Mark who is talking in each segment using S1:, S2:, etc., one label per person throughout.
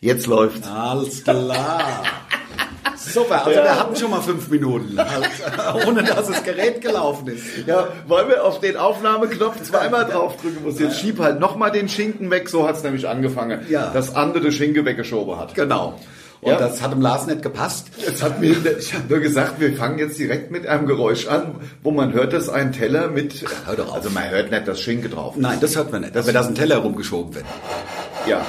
S1: Jetzt läuft.
S2: Alles klar. Super, also wir hatten schon mal fünf Minuten, Also, ohne dass das Gerät gelaufen ist.
S1: Ja, wollen wir auf den Aufnahmeknopf zweimal draufdrücken muss. Jetzt schieb halt nochmal den Schinken weg, so hat's nämlich angefangen,
S2: Ja.
S1: dass andere Schinke weggeschoben hat.
S2: Genau. Und
S1: Ja.
S2: das hat dem Lars nicht gepasst.
S1: Jetzt hat mir, ich habe nur gesagt, wir fangen jetzt direkt mit einem Geräusch an, wo man hört, dass ein Teller mit,
S2: hör doch auf.
S1: also man hört nicht, dass Schinke drauf ist.
S2: Nein, das hört man nicht, dass wir da so ein Teller rumgeschoben wird.
S1: Ja.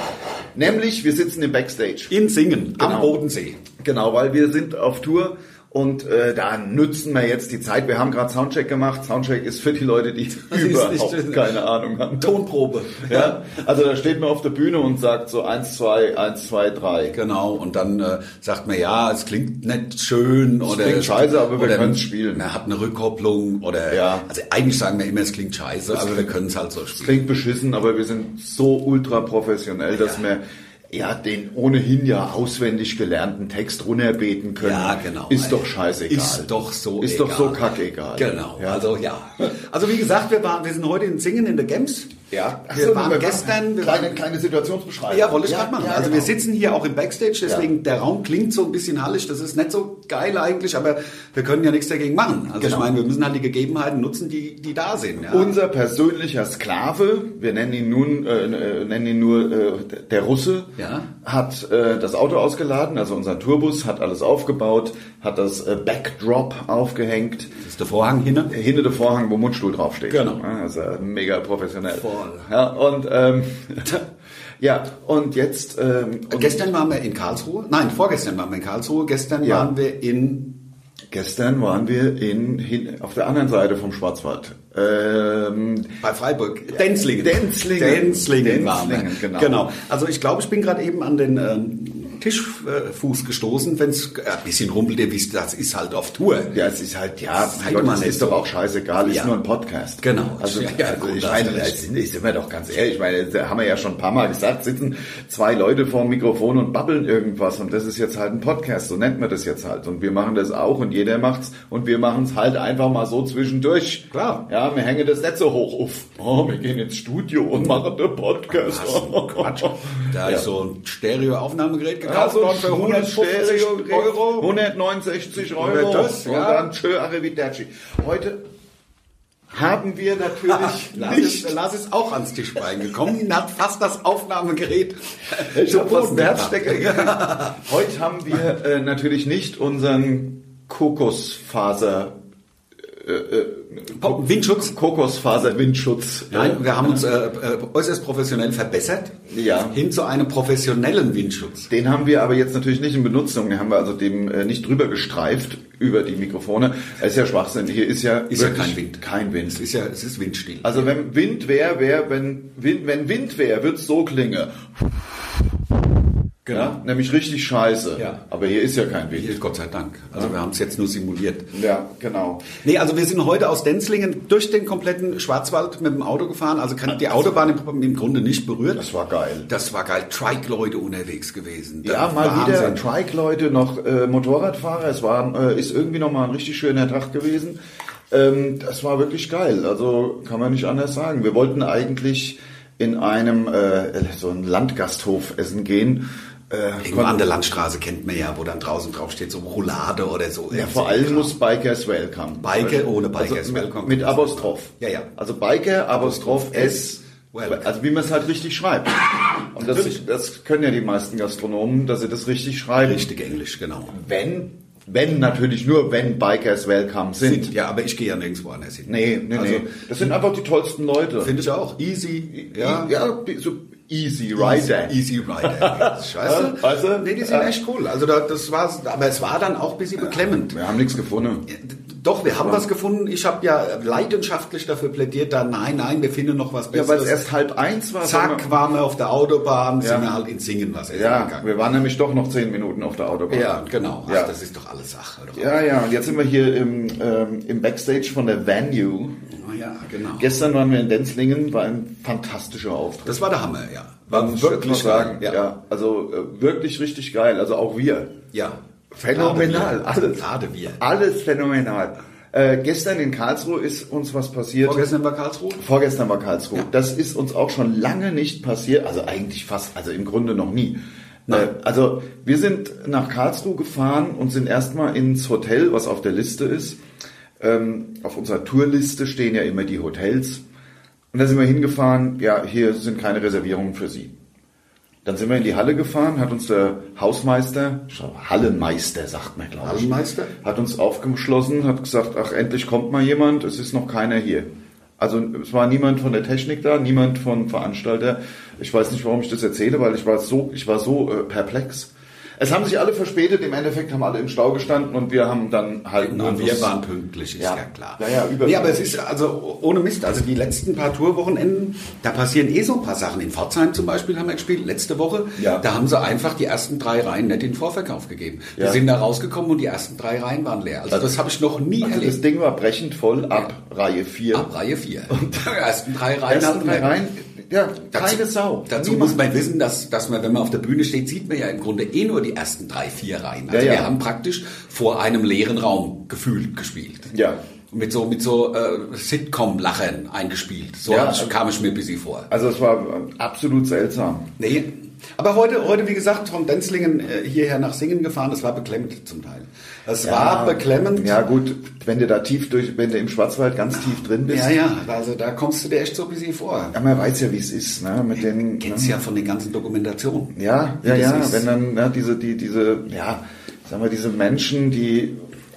S1: Nämlich, wir sitzen im Backstage.
S2: In Singen, am
S1: Genau.
S2: Bodensee.
S1: Genau, weil wir sind auf Tour und äh, da nutzen wir jetzt die Zeit. Wir haben gerade Soundcheck gemacht. Soundcheck ist für die Leute, die
S2: nicht
S1: überhaupt
S2: schön.
S1: keine Ahnung haben.
S2: Tonprobe.
S1: Ja, also da steht man auf der Bühne und sagt so eins zwei eins zwei drei.
S2: Genau, und dann äh, sagt man, ja, es klingt nicht schön oder
S1: klingt scheiße, aber wir
S2: oder
S1: können's spielen.
S2: Man hat eine Rückkopplung oder
S1: Ja.
S2: also eigentlich sagen wir immer, es klingt scheiße, aber wir können es halt so spielen.
S1: Klingt beschissen, aber wir sind so ultra professionell, dass wir ja den ohnehin ja auswendig gelernten Text runterbeten können.
S2: Ja, genau.
S1: Ist doch scheißegal.
S2: Ist doch so
S1: Ist
S2: egal.
S1: doch so kackegal.
S2: Genau.
S1: Ja.
S2: Also ja. Also wie gesagt, wir waren wir sind heute in Singen in der Gems.
S1: ja.
S2: Also, Wir waren gestern, wir
S1: kleine
S2: waren-
S1: kleine Situationsbeschreibung.
S2: Ja, wollte ich gerade machen. also wir sitzen hier auch im Backstage, deswegen
S1: Ja.
S2: der Raum klingt so ein bisschen hallig. Das ist nicht so geil eigentlich, aber wir können ja nichts dagegen machen. Also
S1: Genau.
S2: ich meine, wir müssen halt die Gegebenheiten nutzen, die, die da sind. Ja.
S1: Unser persönlicher Sklave, wir nennen ihn nun, äh, äh, nennen ihn nur äh, der Russe,
S2: Ja.
S1: hat äh, das Auto ausgeladen, also unseren Tourbus, hat alles aufgebaut, hat das äh, Backdrop aufgehängt,
S2: das ist der Vorhang hinten.
S1: hinter der Vorhang, wo Mundstuhl draufsteht.
S2: Genau.
S1: Ja, Also mega professionell.
S2: Voll.
S1: Ja, und ähm, ja, und jetzt ähm, und
S2: Gestern waren wir in Karlsruhe. Nein, vorgestern waren wir in Karlsruhe. Gestern
S1: Ja.
S2: waren wir in
S1: gestern waren wir in, hin, auf der anderen Seite vom Schwarzwald. Ähm,
S2: bei Freiburg. Denzlingen.
S1: Denzlingen.
S2: Denzlingen, waren wir.
S1: Denzlingen, genau.
S2: Also ich glaube, ich bin gerade eben an den ähm, Tischfuß gestoßen, wenn es äh, ein bisschen rumpelt, ihr wisst, das ist halt auf Tour.
S1: Ja, es ist halt, ja, mein
S2: Halt
S1: Gott,
S2: mal
S1: es
S2: nicht
S1: ist doch
S2: so.
S1: auch scheißegal,
S2: Ja.
S1: ist nur ein Podcast.
S2: Genau.
S1: Also,
S2: Ja, ja,
S1: also
S2: gut,
S1: ich
S2: da
S1: meine,
S2: hast du recht.
S1: das sind, sind wir doch ganz ehrlich, ich meine, da haben wir ja schon ein paar Mal gesagt, sitzen zwei Leute vor dem Mikrofon und babbeln irgendwas und das ist jetzt halt ein Podcast, so nennt man das jetzt halt. Und wir machen das auch und jeder macht's und wir machen's halt einfach mal so zwischendurch.
S2: Klar.
S1: Ja, wir hängen das nicht so hoch auf. Oh, wir gehen ins Studio und machen den Podcast.
S2: Was? Quatsch. Da
S1: Ja.
S2: ist so ein Stereo-Aufnahmegerät gekauft
S1: Ja, so
S2: worden für 150 Euro.
S1: 169 Euro.
S2: Euro.
S1: und
S2: Ja.
S1: dann tschö, arrivederci. Heute haben wir natürlich
S2: Lars
S1: nicht.
S2: ist, Lars ist auch ans Tischbein gekommen und hat fast das Aufnahmegerät
S1: Ich
S2: zu
S1: hab fast einen
S2: Boden gebracht.
S1: Herzstecker gekriegt. Heute haben wir äh, natürlich nicht unseren Kokosfaser,
S2: Pop- Windschutz.
S1: Kokosfaser Windschutz.
S2: Nein, wir haben uns äh, äh, äußerst professionell verbessert
S1: Ja.
S2: hin zu einem professionellen Windschutz.
S1: Den haben wir aber jetzt natürlich nicht in Benutzung. Den haben wir also dem äh, nicht drüber gestreift über die Mikrofone. Das ist ja Schwachsinn. Hier ist ja
S2: Ist ja
S1: wirklich
S2: kein Wind.
S1: Kein Wind.
S2: Es ist ja, es ist windstill.
S1: Also wenn Wind wäre, wär, wenn Wind, wenn Wind wäre, wird's so klingen. Ja, nämlich richtig scheiße.
S2: Ja.
S1: Aber hier ist ja kein Wind.
S2: Gott sei Dank. Also wir haben es jetzt nur simuliert.
S1: Ja, genau.
S2: Nee, also wir sind heute aus Denzlingen durch den kompletten Schwarzwald mit dem Auto gefahren. Also kann die Autobahn im, im Grunde nicht berührt.
S1: Das war geil.
S2: Das war geil. Trike-Leute unterwegs gewesen. Das
S1: Ja, mal
S2: Wahnsinn.
S1: wieder Trike-Leute, noch äh, Motorradfahrer. Es war, äh, ist irgendwie nochmal ein richtig schöner Tag gewesen. Ähm, das war wirklich geil. Also kann man nicht anders sagen. Wir wollten eigentlich in einem äh, so einen Landgasthof essen gehen. Äh,
S2: Irgendwo an der Landstraße kennt man ja, wo dann draußen drauf steht, so Roulade oder so.
S1: Ja, vor allem muss Bikers Welcome.
S2: Genau. Biker ohne Bikers
S1: also, mit-
S2: Welcome.
S1: Mit Apostroph.
S2: Ja, ja.
S1: Also Biker, Apostroph, S,
S2: Welcome.
S1: also wie man es halt richtig schreibt. Und das,
S2: Natürlich.
S1: das können ja die meisten Gastronomen, dass sie das richtig schreiben.
S2: richtig Englisch, genau.
S1: Wenn, wenn natürlich nur, wenn Bikers Welcome sind.
S2: Ja, aber ich gehe ja nirgendwo anders hin.
S1: Nee, nee,
S2: Also,
S1: nee. Das sind einfach die tollsten Leute.
S2: Finde ich auch. Easy.
S1: ja.
S2: Ja.
S1: ja, so easy rider.
S2: Easy Rider. Scheiße.
S1: Ja, also,
S2: nee, die sind
S1: äh,
S2: echt cool. Also da, das war, aber es war dann auch ein bisschen beklemmend.
S1: Wir haben nichts gefunden.
S2: Doch, wir haben was gefunden. Ich habe ja leidenschaftlich dafür plädiert, da nein, nein, wir finden noch was
S1: Ja, weil es
S2: Besseres.
S1: erst halb eins war.
S2: Zack, waren wir auf der Autobahn,
S1: Ja.
S2: sind wir halt in Singen was essen
S1: Ja,
S2: gegangen.
S1: wir waren nämlich doch noch zehn Minuten auf der Autobahn.
S2: Ja, genau. Ach,
S1: Ja.
S2: Das ist doch alles Sache. Oder?
S1: Ja, ja, und jetzt sind wir hier im, ähm, im Backstage von der Venue.
S2: Ah ja, genau.
S1: Gestern waren wir in Denzlingen, war ein fantastischer Auftritt.
S2: Das war der Hammer, ja.
S1: Muss ich jetzt mal sagen. Ja.
S2: Ja. ja.
S1: also äh, wirklich richtig geil. Also auch wir. Phänomenal.
S2: Gerade wir.
S1: Alles,
S2: Gerade wir.
S1: alles phänomenal. Äh, gestern in Karlsruhe ist uns was passiert.
S2: Vorgestern war Karlsruhe.
S1: Vorgestern war Karlsruhe. Das ist uns auch schon lange nicht passiert. Also eigentlich fast, also im Grunde noch nie. Nein. Also wir sind nach Karlsruhe gefahren und sind erstmal ins Hotel, was auf der Liste ist. Ähm, auf unserer Tourliste stehen ja immer die Hotels. Und da sind wir hingefahren, ja, hier sind keine Reservierungen für Sie. Dann sind wir in die Halle gefahren, hat uns der Hausmeister, Hallenmeister sagt man, glaube ich,
S2: Hallenmeister?
S1: hat uns aufgeschlossen, hat gesagt, ach, endlich kommt mal jemand, es ist noch keiner hier. Also es war niemand von der Technik da, niemand von Veranstalter. Ich weiß nicht, warum ich das erzähle, weil ich war so, ich war so äh, perplex. Es haben sich alle verspätet, im Endeffekt haben alle im Stau gestanden und wir haben dann halt...
S2: Und Genau, wir
S1: uns-
S2: waren pünktlich, ist
S1: Ja.
S2: ja, klar.
S1: Ja, ja, überall.
S2: nee, aber es ist also ohne Mist. Also die letzten paar Tourwochenenden, da passieren eh so ein paar Sachen. In Pforzheim zum Beispiel haben wir gespielt, letzte Woche.
S1: Ja.
S2: Da haben sie einfach die ersten drei Reihen nicht in den Vorverkauf gegeben.
S1: Ja.
S2: Wir sind da rausgekommen und die ersten drei Reihen waren leer. Also das habe ich noch nie
S1: Also das
S2: erlebt.
S1: Ding war brechend voll ab Reihe 4.
S2: Ab Reihe 4. Und die ersten drei Reihen
S1: Ersten
S2: hatten wir-
S1: drei Reihen, ja,
S2: Dazu-
S1: keine Sau.
S2: Dazu
S1: Niemand.
S2: muss man wissen, dass, dass man, wenn man auf der Bühne steht, sieht man ja im Grunde eh nur die ersten drei, vier Reihen. Also
S1: Ja, ja.
S2: wir haben praktisch vor einem leeren Raum gefühlt gespielt.
S1: Ja.
S2: Mit so, mit so äh, Sitcom-Lachen eingespielt. So
S1: Ja,
S2: hab ich-
S1: also-
S2: kam ich mir ein bisschen vor.
S1: Also es war absolut seltsam.
S2: Nee. Aber heute, heute, wie gesagt, von Denzlingen äh, hierher nach Singen gefahren, das war beklemmend zum Teil. Es war beklemmend.
S1: Ja gut, wenn du da tief durch, wenn du im Schwarzwald ganz tief drin bist.
S2: ja, ja, also da kommst du dir echt so ein bisschen vor.
S1: Ja, man weiß ja, wie es ist, ne? Mit den.
S2: Kennst
S1: ne?
S2: ja von den ganzen Dokumentationen.
S1: Ja,
S2: Wie
S1: ja,
S2: das
S1: ja.
S2: ist.
S1: Wenn dann ne, diese, die, diese, ja, sagen wir, diese Menschen, die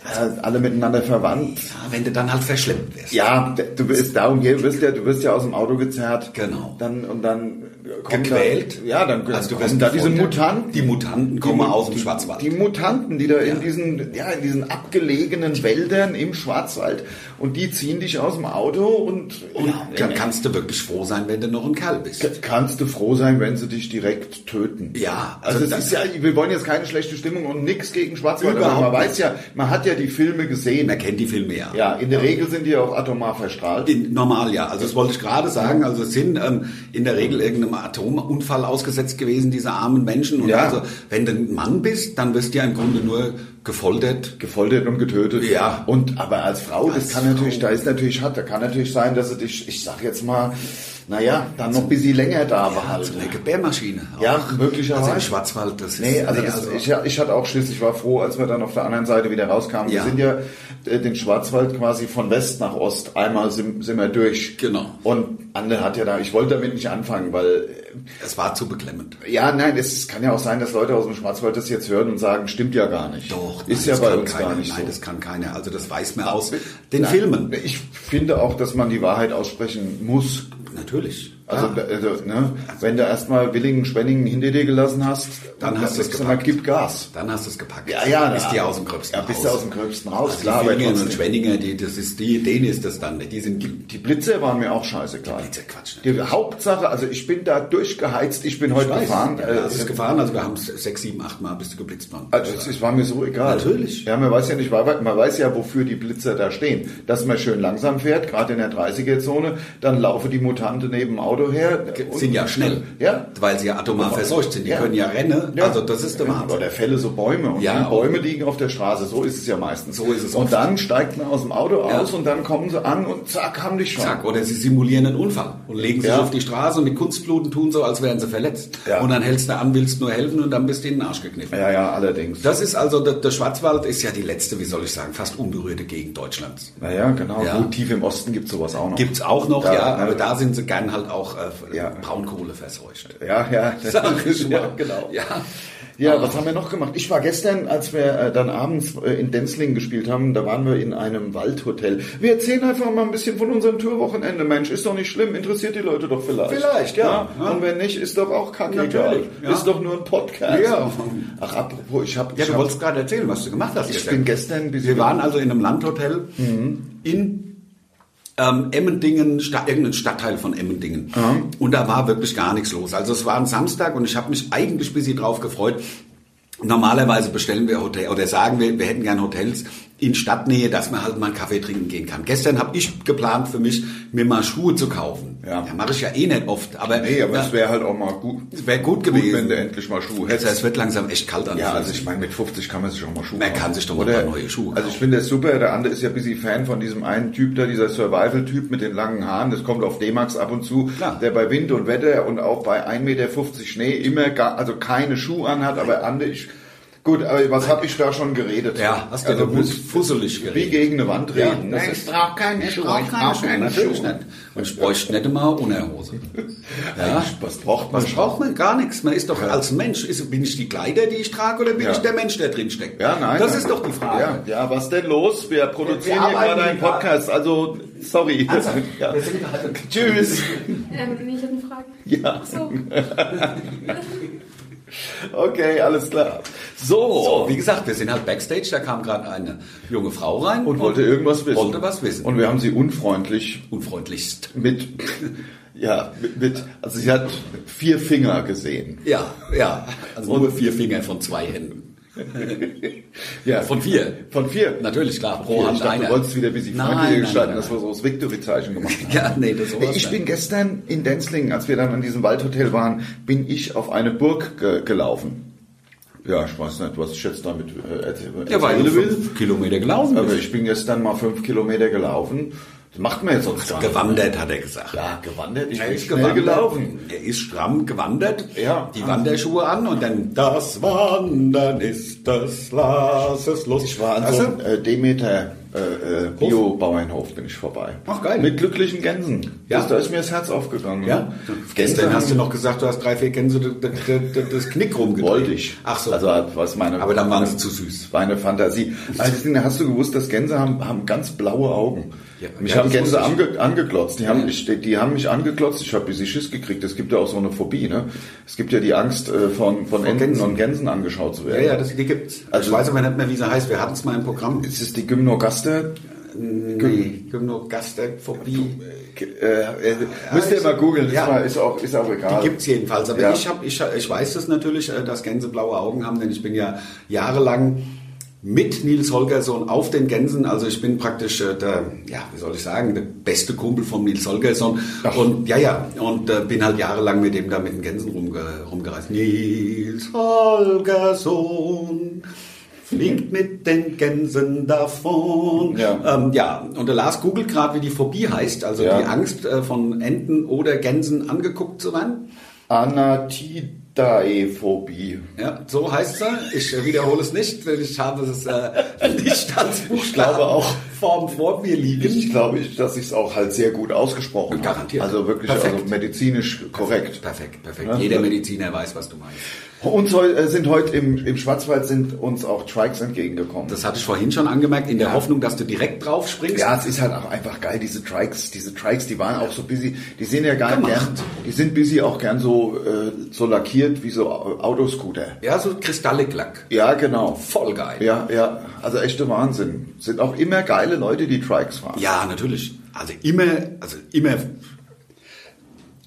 S1: äh, alle miteinander verwandt.
S2: Ja, wenn du dann halt verschleppt wirst.
S1: Ja, du bist darum geht, wirst ja, du wirst ja aus dem Auto gezerrt.
S2: Genau.
S1: Dann und dann kommt
S2: gequält.
S1: Da, ja, dann
S2: Also du
S1: kommen
S2: wirst
S1: da diese
S2: gefoltert.
S1: Mutanten.
S2: Die Mutanten kommen
S1: Mu-
S2: aus dem
S1: die-
S2: Schwarzwald.
S1: Die Mutanten, die da
S2: Ja.
S1: in diesen, ja, in diesen abgelegenen Wäldern im Schwarzwald und die ziehen dich aus dem Auto und,
S2: Und
S1: ja,
S2: dann kannst du wirklich froh sein, wenn du noch ein Kerl bist.
S1: kannst du froh sein, wenn sie dich direkt töten.
S2: Ja,
S1: also,
S2: also
S1: das
S2: das-
S1: ist ja, wir wollen jetzt keine schlechte Stimmung und nix gegen Schwarzwald, aber
S2: Überhaupt
S1: man weiß
S2: nicht.
S1: ja, man hat ja die Filme gesehen.
S2: Man kennt die Filme ja.
S1: Ja, in der Regel sind die ja auch atomar verstrahlt.
S2: In, normal ja. Also das wollte ich gerade sagen. Also es sind ähm, in der Regel irgendeinem Atomunfall ausgesetzt gewesen, diese armen Menschen. Und
S1: Ja.
S2: also wenn du ein Mann bist, dann wirst du ja im Grunde nur gefoltert.
S1: gefoltert und getötet.
S2: Ja.
S1: Und aber als Frau,
S2: Als
S1: das kann
S2: Frau.
S1: natürlich, da ist natürlich hart, da kann natürlich sein, dass sie dich, ich sag jetzt mal, naja, dann noch ein bisschen länger da
S2: Also
S1: behalten.
S2: eine Gebärmaschine.
S1: Ja,
S2: Auch.
S1: möglicherweise.
S2: Also im Schwarzwald, das ist...
S1: Nee, also, das, ich, ich hatte auch Schiss. Ich war froh, als wir dann auf der anderen Seite wieder rauskamen.
S2: Ja.
S1: Wir sind ja äh, den Schwarzwald quasi von West nach Ost einmal sind, sind wir durch.
S2: Genau.
S1: Und Ander hat ja da, ich wollte damit nicht anfangen, weil
S2: es war zu beklemmend.
S1: äh, ja, nein, es kann ja auch sein, dass Leute aus dem Schwarzwald das jetzt hören und sagen, stimmt ja gar nicht.
S2: Doch,
S1: ist
S2: nein,
S1: ja
S2: das
S1: bei
S2: kann
S1: uns
S2: keiner.
S1: gar nicht
S2: Nein,
S1: so.
S2: das kann keiner. Also das weiß man aus den
S1: Nein,
S2: Filmen.
S1: Ich finde auch, dass man die Wahrheit aussprechen muss.
S2: Natürlich.
S1: Also,
S2: Ja.
S1: da- also ne, wenn du erstmal Willingen, Spenningen hinter dir gelassen hast,
S2: Dann hast du es
S1: gesagt,
S2: gepackt.
S1: gib Gas.
S2: Dann hast du es gepackt.
S1: Ja, ja,
S2: Bist
S1: ja.
S2: ja aus dem Gröbsten
S1: Ja, bist
S2: raus.
S1: du aus dem Gröbsten raus,
S2: also
S1: klar,
S2: Die
S1: aber
S2: Fingern und
S1: trotzdem.
S2: Schwenninger, die, das ist die, denen ist das dann. Die sind,
S1: Die Blitze waren mir auch scheißegal.
S2: Die Blitze, Quatsch, ne?
S1: Die Hauptsache, also ich bin da durchgeheizt, ich bin
S2: Ich
S1: heute
S2: weiß,
S1: gefahren.
S2: Ja,
S1: äh,
S2: das ist gefahren, also wir haben es sechs, sieben, acht Mal bist du geblitzt worden.
S1: also es, es war mir so egal.
S2: Natürlich.
S1: Ja, man weiß ja nicht, weil- man weiß ja, wofür die Blitzer da stehen. Dass man schön langsam fährt, gerade in der 30er-Zone, dann laufe die Mutante neben dem Auto her. Und-
S2: sind ja schnell,
S1: Ja.
S2: weil sie ja atomar verseucht sind. Die
S1: Ja.
S2: können ja rennen.
S1: Ja.
S2: Also das ist der Wahnsinn.
S1: Oder Fälle so Bäume. Und
S2: Ja. oh.
S1: die Bäume liegen auf der Straße. So ist es ja meistens.
S2: So ist es
S1: Und
S2: oft.
S1: dann steigt man aus dem Auto
S2: Ja.
S1: aus und dann kommen sie an und zack, haben dich schon.
S2: Zack, oder sie simulieren einen Unfall und legen sich
S1: Ja.
S2: auf die Straße und mit Kunstbluten tun so, als wären sie verletzt.
S1: Ja.
S2: Und dann hältst du an, willst nur helfen und dann bist du in den Arsch gekniffen.
S1: Ja, ja, allerdings.
S2: Das ist also, der, der Schwarzwald ist ja die letzte, wie soll ich sagen, fast unberührte Gegend Deutschlands.
S1: naja, genau.
S2: Ja.
S1: Gut, tief im Osten gibt es sowas auch noch.
S2: Gibt's auch noch,
S1: Da,
S2: ja,
S1: ne?
S2: aber da sind sie gern halt auch äh,
S1: Ja.
S2: Braunkohle verseucht.
S1: Ja, ja.
S2: Sag ich mal.
S1: Ja, genau.
S2: Ja.
S1: Ja, was haben wir noch gemacht? Ich war gestern, als wir äh, dann abends äh, in Denzlingen gespielt haben, da waren wir in einem Waldhotel. Wir erzählen einfach mal ein bisschen von unserem Tourwochenende, Mensch. Ist doch nicht schlimm, interessiert die Leute doch vielleicht.
S2: Vielleicht, ja.
S1: Und wenn nicht, ist doch auch kacke.
S2: Natürlich,
S1: egal.
S2: ja.
S1: Ist doch nur ein Podcast.
S2: Ja.
S1: Ach, apropos, ich habe...
S2: Ja, du wolltest gerade erzählen, was du gemacht hast.
S1: ich
S2: gestern.
S1: bin gestern... ein bisschen-
S2: Wir waren also in einem Landhotel
S1: Mhm.
S2: in ähm, Emmendingen, Sta irgendein Stadtteil von Emmendingen. Und da war wirklich gar nichts los. Also es war ein Samstag und ich habe mich eigentlich ein bisschen drauf gefreut. Normalerweise bestellen wir Hotel oder sagen wir, wir hätten gern Hotels in Stadtnähe, dass man halt mal einen Kaffee trinken gehen kann. Gestern habe ich geplant für mich, mir mal Schuhe zu kaufen.
S1: Ja.
S2: mache ich ja eh nicht oft. Aber,
S1: Nee, aber
S2: na,
S1: es wäre halt auch mal gut,
S2: wär gut gewesen.
S1: wenn du endlich mal Schuhe
S2: also,
S1: hättest.
S2: es wird langsam echt kalt an.
S1: Ja, also ich meine, mit 50 kann man sich auch mal Schuhe
S2: Man
S1: kaufen.
S2: kann sich doch mal ein paar neue Schuhe
S1: Also ich
S2: kaufen.
S1: finde das super. Der andere ist ja ein bisschen Fan von diesem einen Typ da, dieser Survival-Typ mit den langen Haaren. Das kommt auf D-Max ab und zu.
S2: Klar.
S1: Der bei Wind und Wetter und auch bei 1,50 Meter Schnee immer, gar, also keine Schuhe anhat. Aber andere, ich, gut, aber was habe ich da schon geredet?
S2: ja, hast du
S1: also
S2: also
S1: muss
S2: fusselig
S1: wie
S2: geredet.
S1: gegen eine Wand reden.
S2: Ja,
S1: Das
S2: nein,
S1: ist,
S2: brauche keine Schuhe. Ich brauche keine Schuhe. Natürlich nicht. Und ich bräuchte nicht mal Unterhose. Ja.
S1: was braucht man
S2: Was
S1: schon?
S2: braucht man? Gar nichts. Man ist doch als Mensch, ist, bin ich die Kleider, die ich trage, oder bin
S1: Ja.
S2: ich der Mensch, der drin steckt?
S1: Ja, nein.
S2: Das
S1: nein.
S2: ist doch die Frage.
S1: Ja, ja, was denn los? Wir produzieren
S2: Wir
S1: hier gerade
S2: arbeiten
S1: einen Podcast. Also, sorry. ja.
S2: halt
S1: Tschüss.
S3: Ähm, nee, ich habe eine Frage.
S1: Ja.
S3: Ach so.
S1: Okay, alles klar. So,
S2: So, wie gesagt, wir sind halt Backstage, da kam gerade eine junge Frau rein
S1: und wollte irgendwas wissen.
S2: Wollte was wissen.
S1: Und wir haben sie unfreundlich
S2: Unfreundlichst.
S1: mit, ja, mit, mit also sie hat vier Finger gesehen.
S2: Ja, ja. Also nur vier Finger von zwei Händen.
S1: Ja,
S2: Von vier.
S1: von vier.
S2: Natürlich, klar, pro
S1: Vier.
S2: Hand
S1: Ich dachte,
S2: einer.
S1: du wolltest wieder ein bisschen
S2: Nein,
S1: freundlicher
S2: nein,
S1: gestalten,
S2: nein,
S1: dass wir so das Victory-Zeichen gemacht haben.
S2: Ja, nee, das sowas
S1: Ich
S2: nicht.
S1: bin gestern in Denzlingen, als wir dann an diesem Waldhotel waren, bin ich auf eine Burg ge gelaufen. Ja, ich weiß nicht, was ich jetzt damit äh, erzähle.
S2: Ja, weil du fünf Kilometer gelaufen
S1: Aber
S2: bist.
S1: ich bin gestern mal fünf Kilometer gelaufen. Das macht man jetzt sonst gar nicht.
S2: Gewandert, hat er gesagt.
S1: Ja, gewandert. Ich
S2: Er
S1: bin
S2: ist
S1: schnell
S2: gewandert.
S1: gelaufen.
S2: Er ist stramm gewandert.
S1: Ja.
S2: Die Wanderschuhe an und dann das Wandern ist das lass es los.
S1: Ich war an so
S2: Also,
S1: einem äh, Demeter äh, äh, Bio-Bauernhof bin ich vorbei.
S2: Ach, geil.
S1: Mit glücklichen Gänsen.
S2: Ja.
S1: Das, da ist mir das Herz aufgegangen.
S2: ja. Gestern
S1: Gänse
S2: hast du
S1: haben-
S2: noch gesagt, du hast drei, vier Gänse d- d- d- d- das Knick rumgedreht.
S1: Wollte ich.
S2: Genau. Ach so.
S1: Also, was meine,
S2: Aber dann waren sie zu süß.
S1: war eine Fantasie. Allerdings hast du gewusst, dass Gänse haben, haben ganz blaue Augen.
S2: Ja,
S1: mich
S2: ja,
S1: haben
S2: das
S1: Gänse
S2: wusste
S1: ange, angeklotzt. Die haben, mich, die, die haben mich angeklotzt. Ich habe bisschen Schiss gekriegt. Es gibt ja auch so eine Phobie. Ne? Es gibt ja die Angst, äh, von, von Enten
S2: Gänsen.
S1: und Gänsen angeschaut zu
S2: ja,
S1: werden.
S2: ja, das, die gibt's.
S1: Also-
S2: Also, ich weiß aber nicht mehr, wie sie heißt. Wir hatten es mal im Programm.
S1: Ist es die Gymnogaster?
S2: Nee, Gymnogasterphobie.
S1: Äh, äh, müsst ihr
S2: ich-
S1: mal googeln.
S2: ja.
S1: Ist, mal- ist, auch, ist auch egal.
S2: Die gibt's jedenfalls. Aber
S1: Ja.
S2: ich, hab, ich, ich weiß das natürlich, äh, dass Gänse blaue Augen haben, denn ich bin ja jahrelang mit Nils Holgersson auf den Gänsen. Also ich bin praktisch äh, der, ja, wie soll ich sagen, der beste Kumpel von Nils Holgersson.
S1: Ach.
S2: Und ja, ja, und äh, bin halt jahrelang mit dem da mit den Gänsen rumge rumgereist. Nils Holgersson. Fliegt mit den Gänsen davon.
S1: Ja.
S2: ähm, ja. und der Lars googelt gerade, wie die Phobie heißt, also
S1: Ja.
S2: die Angst äh, von Enten oder Gänsen angeguckt zu werden.
S1: Anatidaephobie.
S2: Ja, so heißt sie. Ich äh, wiederhole es nicht, denn ich habe es äh, nicht als
S1: glaube auch.
S2: Form vor mir
S1: Ich
S2: liegen.
S1: glaube, ich- dass ich es auch halt sehr gut ausgesprochen habe.
S2: Garantiert.
S1: Also wirklich
S2: Perfekt.
S1: also medizinisch korrekt.
S2: Perfekt, perfekt.
S1: Ja.
S2: Jeder Mediziner weiß, was du meinst.
S1: Uns heu, äh, sind heute im, im Schwarzwald sind uns auch Trikes entgegengekommen.
S2: Das hatte ich vorhin schon angemerkt, in der Hoffnung, dass du direkt drauf springst.
S1: ja, es ist halt auch einfach geil, diese Trikes, diese Trikes, die waren auch so busy, die sind ja gar
S2: Gemacht.
S1: gern, die sind busy auch gern so, äh, so lackiert wie so Au- Autoscooter.
S2: ja so Kristalliklack.
S1: Ja, genau.
S2: Voll geil.
S1: Ja, ja, also echte Wahnsinn. Sind auch immer geile Leute, die Trikes fahren.
S2: Ja, natürlich. Also immer, also immer,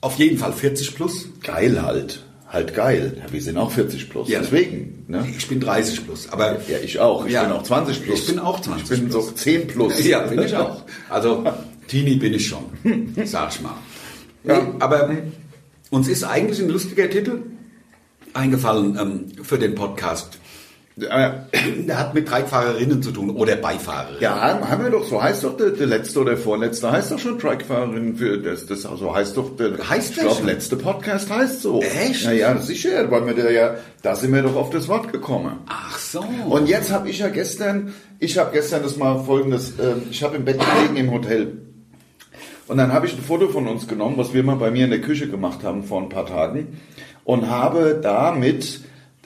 S2: auf jeden Fall 40 plus.
S1: Geil halt. Halt geil. Ja, wir sind auch 40 plus.
S2: Ja.
S1: Deswegen, ne?
S2: Ich bin 30 plus, aber
S1: Ja, ich auch. Ich
S2: Ja.
S1: bin auch 20 plus.
S2: Ich bin auch 20
S1: Ich bin so 10 plus.
S2: Ja, bin ich auch. Also Teenie bin ich schon, sag ich mal.
S1: Ja.
S2: Nee, aber uns ist eigentlich ein lustiger Titel eingefallen ähm, für den Podcast.
S1: Ja,
S2: Der hat mit Trikefahrerinnen zu tun oder Beifahrerinnen.
S1: Ja, haben haben wir doch, so heißt doch der, der letzte oder vorletzte, heißt doch schon Trikefahrerin für das, das also heißt doch der
S2: Heißt
S1: ich
S2: der
S1: glaub,
S2: schon?
S1: letzte Podcast heißt so.
S2: Echt?
S1: Naja, sicher, weil wir da ja, da sind wir doch auf das Wort gekommen.
S2: Ach so.
S1: Und jetzt habe ich ja gestern, ich habe gestern das mal folgendes, ähm, ich habe im Bett gelegen im Hotel. Und dann habe ich ein Foto von uns genommen, was wir mal bei mir in der Küche gemacht haben vor ein paar Tagen. Und habe damit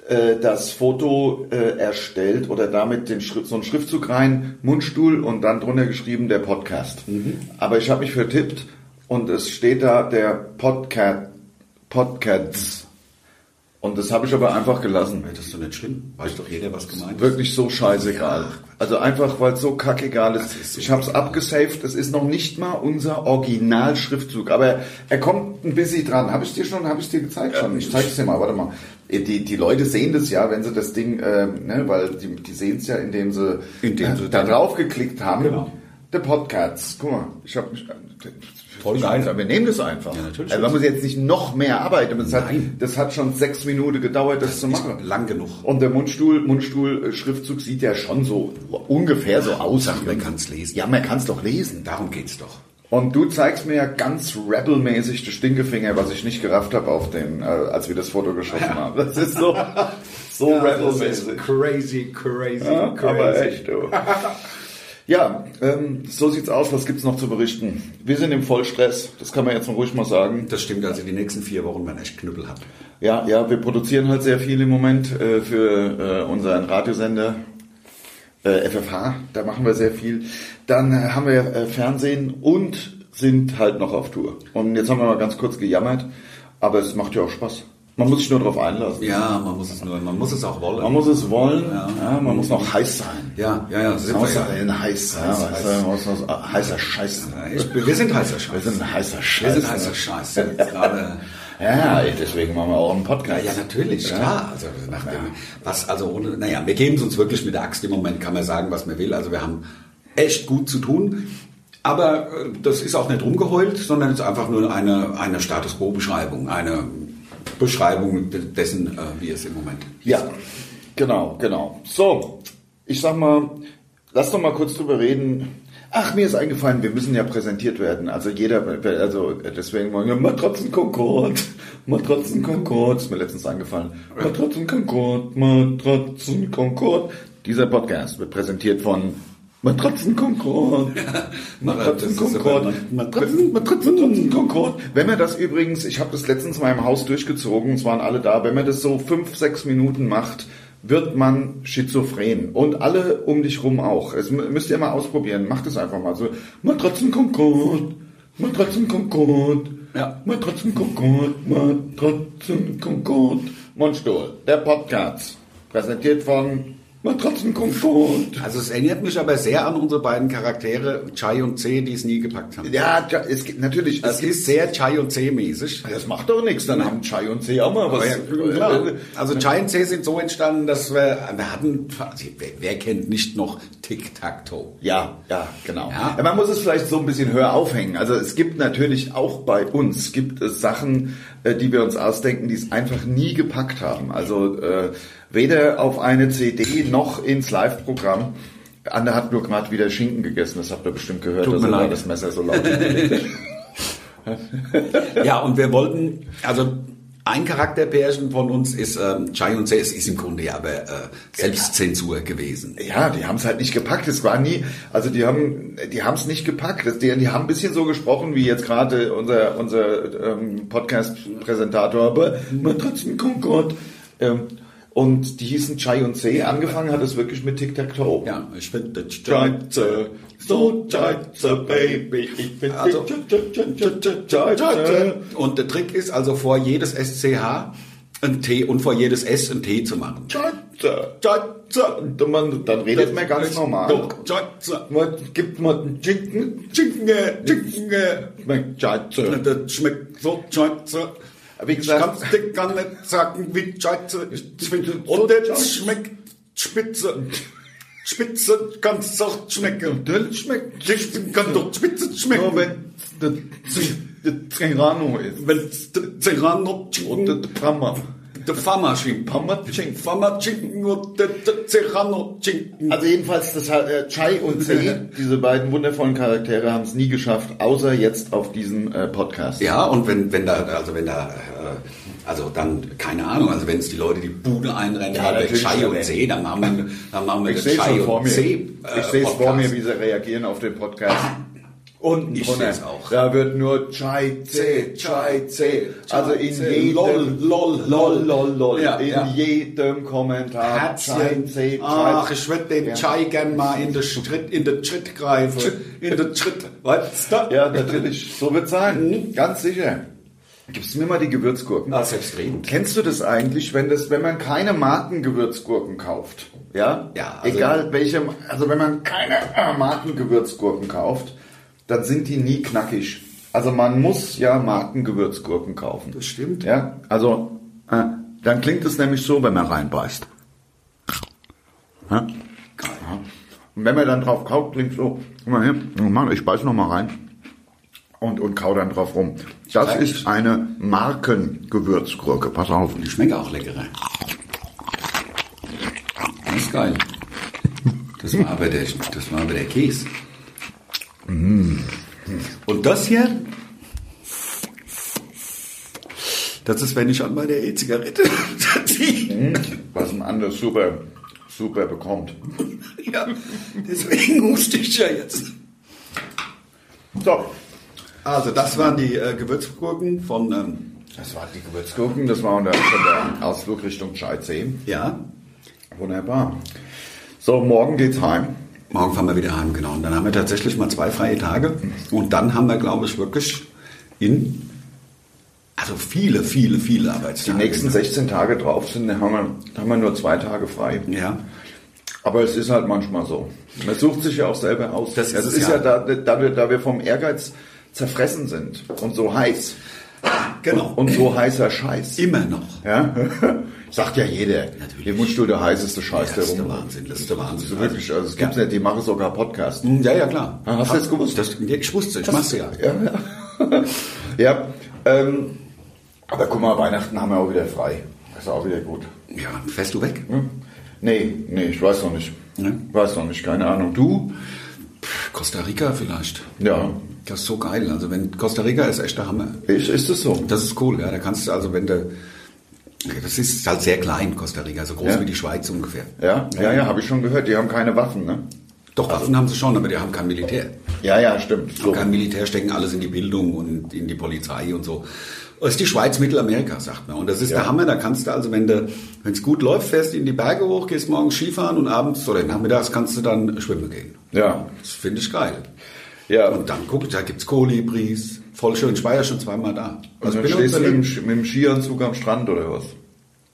S1: äh, das Foto äh, erstellt oder damit den Schrift, so einen Schriftzug rein, Mundstuhl und dann drunter geschrieben, der Podcast. Aber ich habe mich vertippt und es steht da der Podcast. Podcasts. Und das habe ich aber einfach gelassen.
S2: Das ist doch nicht schlimm. Weiß doch jeder, was gemeint ist.
S1: Wirklich so scheißegal. Also einfach, weil es so kackegal ist. Ich habe es abgesaved. Es ist noch nicht mal unser Originalschriftzug. Aber er kommt ein bisschen dran. Habe ich dir schon, habe ich dir gezeigt schon? Ich zeige es dir mal, warte mal. Äh, Die, die Leute sehen das ja, wenn sie das Ding, ähm, ne, weil die, die sehen es ja, indem sie,
S2: Indem
S1: äh,
S2: sie
S1: da
S2: dann-
S1: drauf geklickt haben.
S2: Genau.
S1: Der Podcast. Guck mal, ich habe mich... äh,
S2: Voll geil.
S1: Wir nehmen das einfach.
S2: Ja, natürlich.
S1: Also man muss jetzt nicht noch mehr arbeiten. Das, hat,
S2: Nein.
S1: das hat schon sechs Minuten gedauert, das, zu machen.
S2: Lang genug.
S1: Und der Mundstuhl, Mundstuhl-Schriftzug sieht ja schon so ungefähr so aus.
S2: Ach, man kann's lesen.
S1: Ja, man kann es doch lesen.
S2: Darum geht's doch.
S1: Und du zeigst mir ja ganz Rebel-mäßig den Stinkefinger, was ich nicht gerafft habe auf den, äh, als wir das Foto geschossen haben. Das ist so, so Rebel-mäßig.
S2: crazy, crazy,
S1: Ja, aber echt, du. Ja, ähm, so sieht's aus. Was gibt's noch zu berichten? Wir sind im Vollstress. Das kann man jetzt mal ruhig mal sagen.
S2: Das stimmt, also die nächsten vier Wochen werden echt Knüppel hat.
S1: Ja, ja, wir produzieren halt sehr viel im Moment äh, für äh, unseren Radiosender äh, FFH. Da machen wir sehr viel. Dann äh, haben wir äh, Fernsehen und sind halt noch auf Tour. Und jetzt haben wir mal ganz kurz gejammert, aber es macht ja auch Spaß. Man muss sich nur darauf einlassen.
S2: Ja, man muss es nur, man muss es auch wollen.
S1: Man muss es wollen, ja.
S2: Ja.
S1: man muss noch heiß sein.
S2: ja, ja, ja, sind wir ja.
S1: Außer heiß, ja,
S2: Heiß,
S1: weißt du,
S2: heiß.
S1: man muss noch so- heißer Scheiß sein.
S2: Ich, bin- wir sind heißer Scheiß.
S1: Wir sind ein heißer
S2: Wir
S1: Scheiß. ne?
S2: sind heißer Scheiß. Wir sind jetzt gerade-
S1: Ja, ey, deswegen machen wir auch einen Podcast.
S2: Ja, natürlich, klar. Also, nach dem, was, also ohne, naja, wir geben es uns wirklich mit der Axt im Moment, kann man sagen, was man will. Also wir haben echt gut zu tun. Aber äh, das ist auch nicht rumgeheult, sondern es ist einfach nur eine, eine Status Quo-Beschreibung, eine Beschreibung de- dessen, äh, wie es im Moment ist.
S1: Ja, genau, genau. So, ich sag mal, lass doch mal kurz drüber reden. Ach, mir ist eingefallen, wir müssen ja präsentiert werden. Also jeder, also deswegen wollen wir Matrotzen Concord, Matrotzen Concord, ist mir letztens eingefallen. Matrotzen Concord, Matrotzen Concord. Dieser Podcast wird präsentiert von Matrotzen Concord. Matratzen
S2: Das ist aber-
S1: Concord.
S2: Matratzen-
S1: Matratzen Concord. Wenn man das übrigens, ich habe das letztens in meinem Haus durchgezogen, es waren alle da, wenn man das so fünf, sechs Minuten macht, wird man schizophren. Und alle um dich rum auch. Es mü- müsst ihr mal ausprobieren. Macht es einfach mal so. Matratzen Concord. Matratzen Concord.
S2: Ja.
S1: Matratzen Concord. Matratzen Concord. Mundstuhl, der Podcast. Präsentiert von Matratzen Concord.
S2: Also es erinnert mich aber sehr an unsere beiden Charaktere, Chai und C, die es nie gepackt haben.
S1: Ja, tja, es gibt natürlich.
S2: Es
S1: Es gibt,
S2: ist sehr Chai und C-mäßig.
S1: das macht doch nichts. Dann haben Chai und C auch mal was.
S2: Aber ja, klar. Also Giant C sind so entstanden, dass wir, wir hatten, also wer, wer kennt nicht noch Tic-Tac-Toe?
S1: Ja, ja, genau.
S2: Ja.
S1: Man muss es vielleicht so ein bisschen höher aufhängen. Also es gibt natürlich auch bei uns gibt es Sachen, äh, die wir uns ausdenken, die es einfach nie gepackt haben. Also äh, weder auf eine CD noch ins Live-Programm. Ander hat nur gerade wieder Schinken gegessen. Das habt ihr bestimmt gehört.
S2: Tut
S1: dass
S2: mir
S1: er da
S2: leid.
S1: das Messer so laut.
S2: Ja, und wir wollten, also ein Charakterpärchen von uns ist ähm, Chai und C, es ist im Grunde ja aber äh, Selbstzensur gewesen.
S1: Ja, die haben es halt nicht gepackt. Es war nie, also die haben, die haben es nicht gepackt. Das, die, die haben ein bisschen so gesprochen wie jetzt gerade unser unser ähm, Podcast-Präsentator, aber Matratzen Concord. Ähm, und die hießen Chai und C. Angefangen hat es wirklich mit Tic Tac Toe.
S2: Ja, ich finde das
S1: Scheiße, so scheiße, baby. Ich bin also, scheiße.
S2: Und der Trick ist also vor jedes SCH ein T und vor jedes S ein T zu machen.
S1: Scheiße, scheiße. Und man, dann redet man ganz normal.
S2: Scheiße.
S1: Man gibt mal einen Chicken, Chicken, Chicken. Man, scheiße.
S2: Das schmeckt so scheiße.
S1: Wie
S2: Ich
S1: gesagt-
S2: kann's dir gar nicht sagen, wie scheiße ich finde.
S1: so
S2: Und
S1: scheiße.
S2: es schmeckt spitze. Spitze kann's auch schmecken.
S1: Das schmeckt
S2: Spitze kann doch spitze schmecken.
S1: nur, wenn der der Serrano ist.
S2: Wenn's der Serrano
S1: Und
S2: Chicken,
S1: der Pammer.
S2: der Farmer Chicken.
S1: Pammer Ching.
S2: Farmer Chicken und der der Serrano Chicken.
S1: Also jedenfalls, das hat, äh, Chai und C, diese beiden wundervollen Charaktere, haben es nie geschafft, außer jetzt auf diesem äh, Podcast.
S2: Ja, und wenn, wenn da, also wenn da, äh, also dann, keine Ahnung, also wenn es die Leute die Bude einrennen,
S1: Ja,
S2: ja, dann
S1: natürlich,
S2: Chai
S1: aber-
S2: und C, dann machen wir, dann machen wir
S1: Ich
S2: den
S1: sehe es
S2: Chai
S1: schon
S2: und
S1: vor mir.
S2: C. äh,
S1: ich sehe es vor
S2: Podcast.
S1: mir, wie sie reagieren auf den Podcast. Unten
S2: Ich
S1: drunter.
S2: seh's auch.
S1: Da wird nur Chai C, Chai C. Also in
S2: C,
S1: jedem
S2: lol, lol,
S1: lol, lol, lol.
S2: Ja,
S1: in
S2: ja.
S1: jedem Kommentar Chai C, Chai
S2: Herzchen. Ach, ich würde den Chai gern mal in den Schritt, in den Schritt greifen. In den Schritt. Weißt du?
S1: Ja, natürlich. So wird's sein. Ganz sicher. Gibst du mir mal die Gewürzgurken?
S2: Ah, selbstredend.
S1: Kennst du das eigentlich, wenn das, wenn man keine Markengewürzgurken kauft? Ja?
S2: Ja, also-
S1: Egal welche, also wenn man keine äh, Markengewürzgurken kauft, dann sind die nie knackig. Also man muss ja Markengewürzgurken kaufen.
S2: Das stimmt.
S1: Ja? Also, äh, dann klingt es nämlich so, wenn man reinbeißt. Ja? Und wenn man dann drauf kaut, klingt so, guck mal hier, Mann, ich beiß noch mal rein und, und kau dann drauf rum. Das
S2: Eigentlich-
S1: ist eine Markengewürzgurke. Pass auf.
S2: Die schmecken auch leckerer. Das ist geil. Das war aber der, das war aber der Käse. Und das hier, das ist, wenn ich an meine E-Zigarette ziehe.
S1: Was ein anderes super, super bekommt.
S2: Ja, deswegen huste ich ja jetzt.
S1: So,
S2: Also, das waren die äh, Gewürzgurken von, ähm,
S1: das waren die Gewürzgurken. Das war unter der Ausflug Richtung Scheidsee.
S2: ja,
S1: Wunderbar. So, morgen geht's heim.
S2: Morgen fahren wir wieder heim, genau. Und dann haben wir tatsächlich mal zwei freie Tage. Und dann haben wir, glaube ich, wirklich in, also viele, viele, viele
S1: Die
S2: Arbeitstage.
S1: nächsten 16 Tage drauf sind, haben wir, haben wir nur zwei Tage frei.
S2: Ja.
S1: Aber es ist halt manchmal so. Man sucht sich ja auch selber aus.
S2: Das ist
S1: es
S2: es
S1: ist
S2: ja.
S1: ja, da, da, wir, da wir vom Ehrgeiz zerfressen sind und so heiß.
S2: Genau.
S1: Und so heißer Scheiß.
S2: immer noch.
S1: Ja? Sagt ja jeder.
S2: Natürlich.
S1: Hier musst du der heißeste Scheiß
S2: Das ist
S1: der
S2: der
S1: rum.
S2: Wahnsinn, das ist der Wahnsinn.
S1: Also wirklich, also es
S2: Ja.
S1: gibt's nicht, die machen sogar Podcast.
S2: Ja, ja, klar.
S1: Ah, hast du das gewusst?
S2: Das, ich wusste, ich mach's ja.
S1: Ja, ähm, aber guck mal, Weihnachten haben wir auch wieder frei. Ist auch wieder gut.
S2: Ja, fährst du weg?
S1: Hm? Nee, nee, ich weiß noch nicht.
S2: Ne?
S1: Weiß noch nicht, keine Ahnung. Du?
S2: Costa Rica vielleicht.
S1: Ja.
S2: Das ist so geil. Also, wenn Costa Rica ist echt der Hammer.
S1: Ich, ist es so?
S2: Das ist cool, ja. Da kannst du also, wenn du. Das ist halt sehr klein, Costa Rica, so groß
S1: Ja.
S2: wie die Schweiz ungefähr.
S1: Ja, ja, ja, habe ich schon gehört. Die haben keine Waffen, ne?
S2: Doch, Waffen haben sie schon, aber die haben kein Militär.
S1: Ja, ja, stimmt. So.
S2: Auch kein Militär stecken alles in die Bildung und in die Polizei und so. Das ist die Schweiz Mittelamerika, sagt man. Und das ist
S1: Ja.
S2: der Hammer, da kannst du also, wenn du, wenn es gut läuft, fährst in die Berge hoch, gehst morgens Skifahren und abends oder nachmittags kannst du dann schwimmen gehen.
S1: Ja,
S2: Das finde ich geil.
S1: ja.
S2: Und dann guck, da gibt's Kolibris, voll schön. Ich war ja schon zweimal da.
S1: Und dann
S2: bin
S1: stehst du
S2: unter
S1: mit dem,
S2: den-
S1: Sch- mit dem Skianzug am Strand oder was?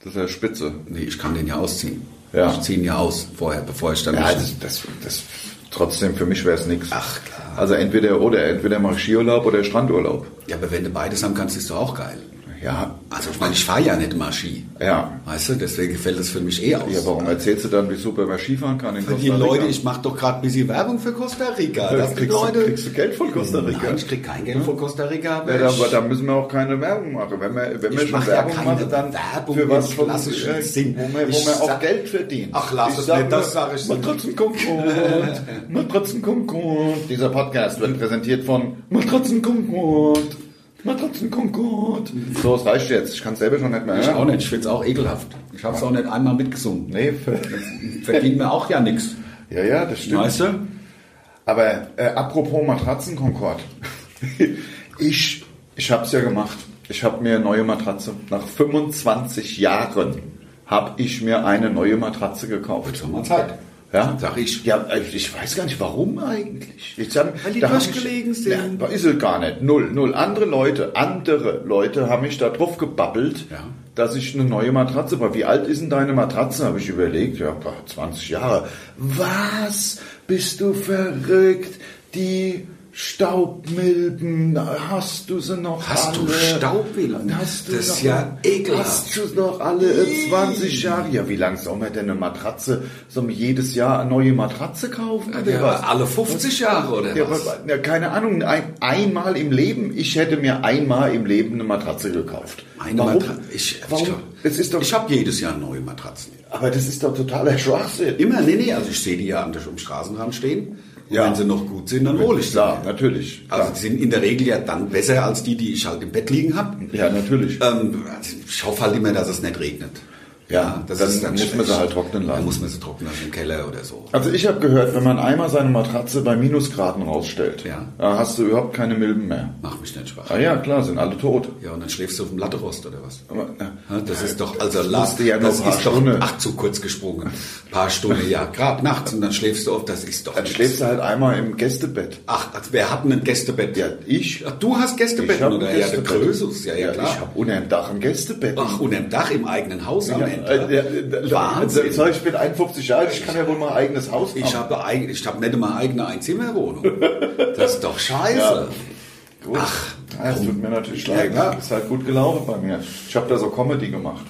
S1: Das ist ja spitze.
S2: Nee, ich kann den ja ausziehen.
S1: Ja.
S2: Ich ziehe ihn ja aus vorher, bevor ich dann.
S1: Ja, das, das, das trotzdem für mich wäre es nichts.
S2: Ach, klar.
S1: Also entweder oder, entweder mach ich Skiurlaub oder Strandurlaub.
S2: ja, aber wenn du beides haben kannst, ist doch auch geil.
S1: Ja,
S2: Also ich meine, ich fahre ja nicht immer Ski.
S1: Ja.
S2: Weißt du, deswegen fällt es für mich eh aus.
S1: ja warum erzählst du dann, wie super man Skifahren kann in
S2: Für
S1: Costa
S2: die
S1: Rica?
S2: Leute, ich mache doch gerade ein bisschen Werbung für Costa Rica.
S1: Ja,
S2: Dass die
S1: kriegst, du-
S2: Leute, Hm?
S1: kriegst du Geld von Costa Rica?
S2: Nein, ich krieg kein Geld von Costa Rica. aber
S1: Ja, da,
S2: ich-
S1: aber da müssen wir auch keine Werbung machen. Wenn wir, wenn wir
S2: Ich
S1: schon
S2: mach ja
S1: Werbung
S2: keine
S1: machen, dann
S2: Werbung
S1: für was
S2: im
S1: von,
S2: klassischen
S1: äh,
S2: Sinn.
S1: wo wir, wo
S2: Ich
S1: wir auch
S2: sag-
S1: Geld verdienen.
S2: Ach, lass es nicht, das sag ich nicht.
S1: Matratzenkonkord, Matratzenkonkord. Dieser Podcast wird präsentiert von Matratzenkonkord, Matratzenkonkord. So, es reicht jetzt. Ich kann selber schon nicht mehr
S2: ich auch
S1: hören.
S2: nicht, ich find's auch ekelhaft. Ich hab's auch nicht einmal mitgesungen.
S1: Nee,
S2: Verdient mir auch ja nichts.
S1: ja, ja, das stimmt.
S2: Weißt du?
S1: Aber äh, apropos Matratzenkonkord. ich ich habe es ja gemacht. Ich habe mir eine neue Matratze. Nach 25 Jahren habe ich mir eine neue Matratze gekauft.
S2: Jetzt haben wir Zeit.
S1: Ja,
S2: Sag ich.
S1: Ja, äh, ich weiß gar nicht, warum eigentlich. Jetzt haben,
S2: Weil die
S1: da hab
S2: durchgelegen
S1: ich,
S2: sind.
S1: Ja, ist es gar nicht. Null, null. Andere Leute, andere Leute haben mich da drauf gebabbelt,
S2: Ja.
S1: dass ich eine neue Matratze brauche. Wie alt ist denn deine Matratze? Habe ich überlegt. Ja, boah, 20 Jahre. Was? Bist du verrückt? Die Staubmilben, hast du sie noch
S2: Hast du
S1: alle?
S2: Staubmilben?
S1: Hast du
S2: Das ist
S1: noch
S2: ja ekelhaft.
S1: Hast Tschüss noch alle 20 Jahre. Ja, wie lange soll man denn eine Matratze, soll man jedes Jahr eine neue Matratze kaufen? Oder was?
S2: alle 50 Jahre oder
S1: Ja,
S2: was?
S1: aber- ja, keine Ahnung, ein, einmal im Leben, ich hätte mir einmal im Leben eine Matratze gekauft.
S2: Meine
S1: warum?
S2: Matra- Ich,
S1: warum?
S2: ich,
S1: es ist doch,
S2: ich habe jedes Jahr neue Matratzen.
S1: aber das ist doch totaler Schwachsinn.
S2: Immer, nee, nee, also ich sehe die ja am am Straßenrand stehen. Und
S1: Ja.
S2: wenn sie noch gut sind, dann hole ich sie.
S1: Ja,
S2: mir.
S1: natürlich.
S2: Also die sind in der Regel ja dann besser als die, die ich halt im Bett liegen habe.
S1: ja, natürlich.
S2: Ähm, also ich hoffe halt immer, dass es nicht regnet.
S1: Ja, dann muss
S2: schlecht.
S1: man sie halt trocknen lassen.
S2: Dann muss man sie trocknen lassen im Keller oder so.
S1: Also ich habe gehört, wenn man einmal seine Matratze bei Minusgraden rausstellt,
S2: Ja.
S1: da hast du überhaupt keine Milben mehr.
S2: Mach mich nicht schwach.
S1: Ah ja, klar, sind alle tot.
S2: Ja, und dann schläfst du auf dem Latterost oder was?
S1: Aber, äh,
S2: Ja, Das ist doch, also Lars,
S1: musste ja nur
S2: das
S1: ein paar
S2: ist doch,
S1: Stunden.
S2: ach, zu kurz gesprungen. Paar Stunden, ja, grad nachts und dann schläfst du auf, das ist doch
S1: Dann
S2: nix.
S1: schläfst du halt einmal im Gästebett.
S2: Ach, also wer hat denn ein Gästebett?
S1: Ja, ich.
S2: Ach, du hast Gästebett,
S1: Ich hab ein
S2: oder?
S1: Gästebett.
S2: Ja, der Krösus, ja, ja, klar.
S1: ich habe unterm Dach ein Gästebett.
S2: Ach, und im Dach im eigenen Haus am
S1: Ja,
S2: Ende.
S1: äh, ja, äh,
S2: Wahnsinn.
S1: sag Ich ich bin 51 Jahre alt, ich kann ja wohl mein eigenes Haus haben.
S2: Ich habe eigentlich, ich habe nicht mal eigene Einzimmerwohnung. Das ist doch scheiße.
S1: Gut.
S2: Ach,
S1: Ja, es tut mir natürlich
S2: Ja,
S1: leid.
S2: klar.
S1: Ist halt gut gelaufen bei mir. Ich habe da so Comedy gemacht.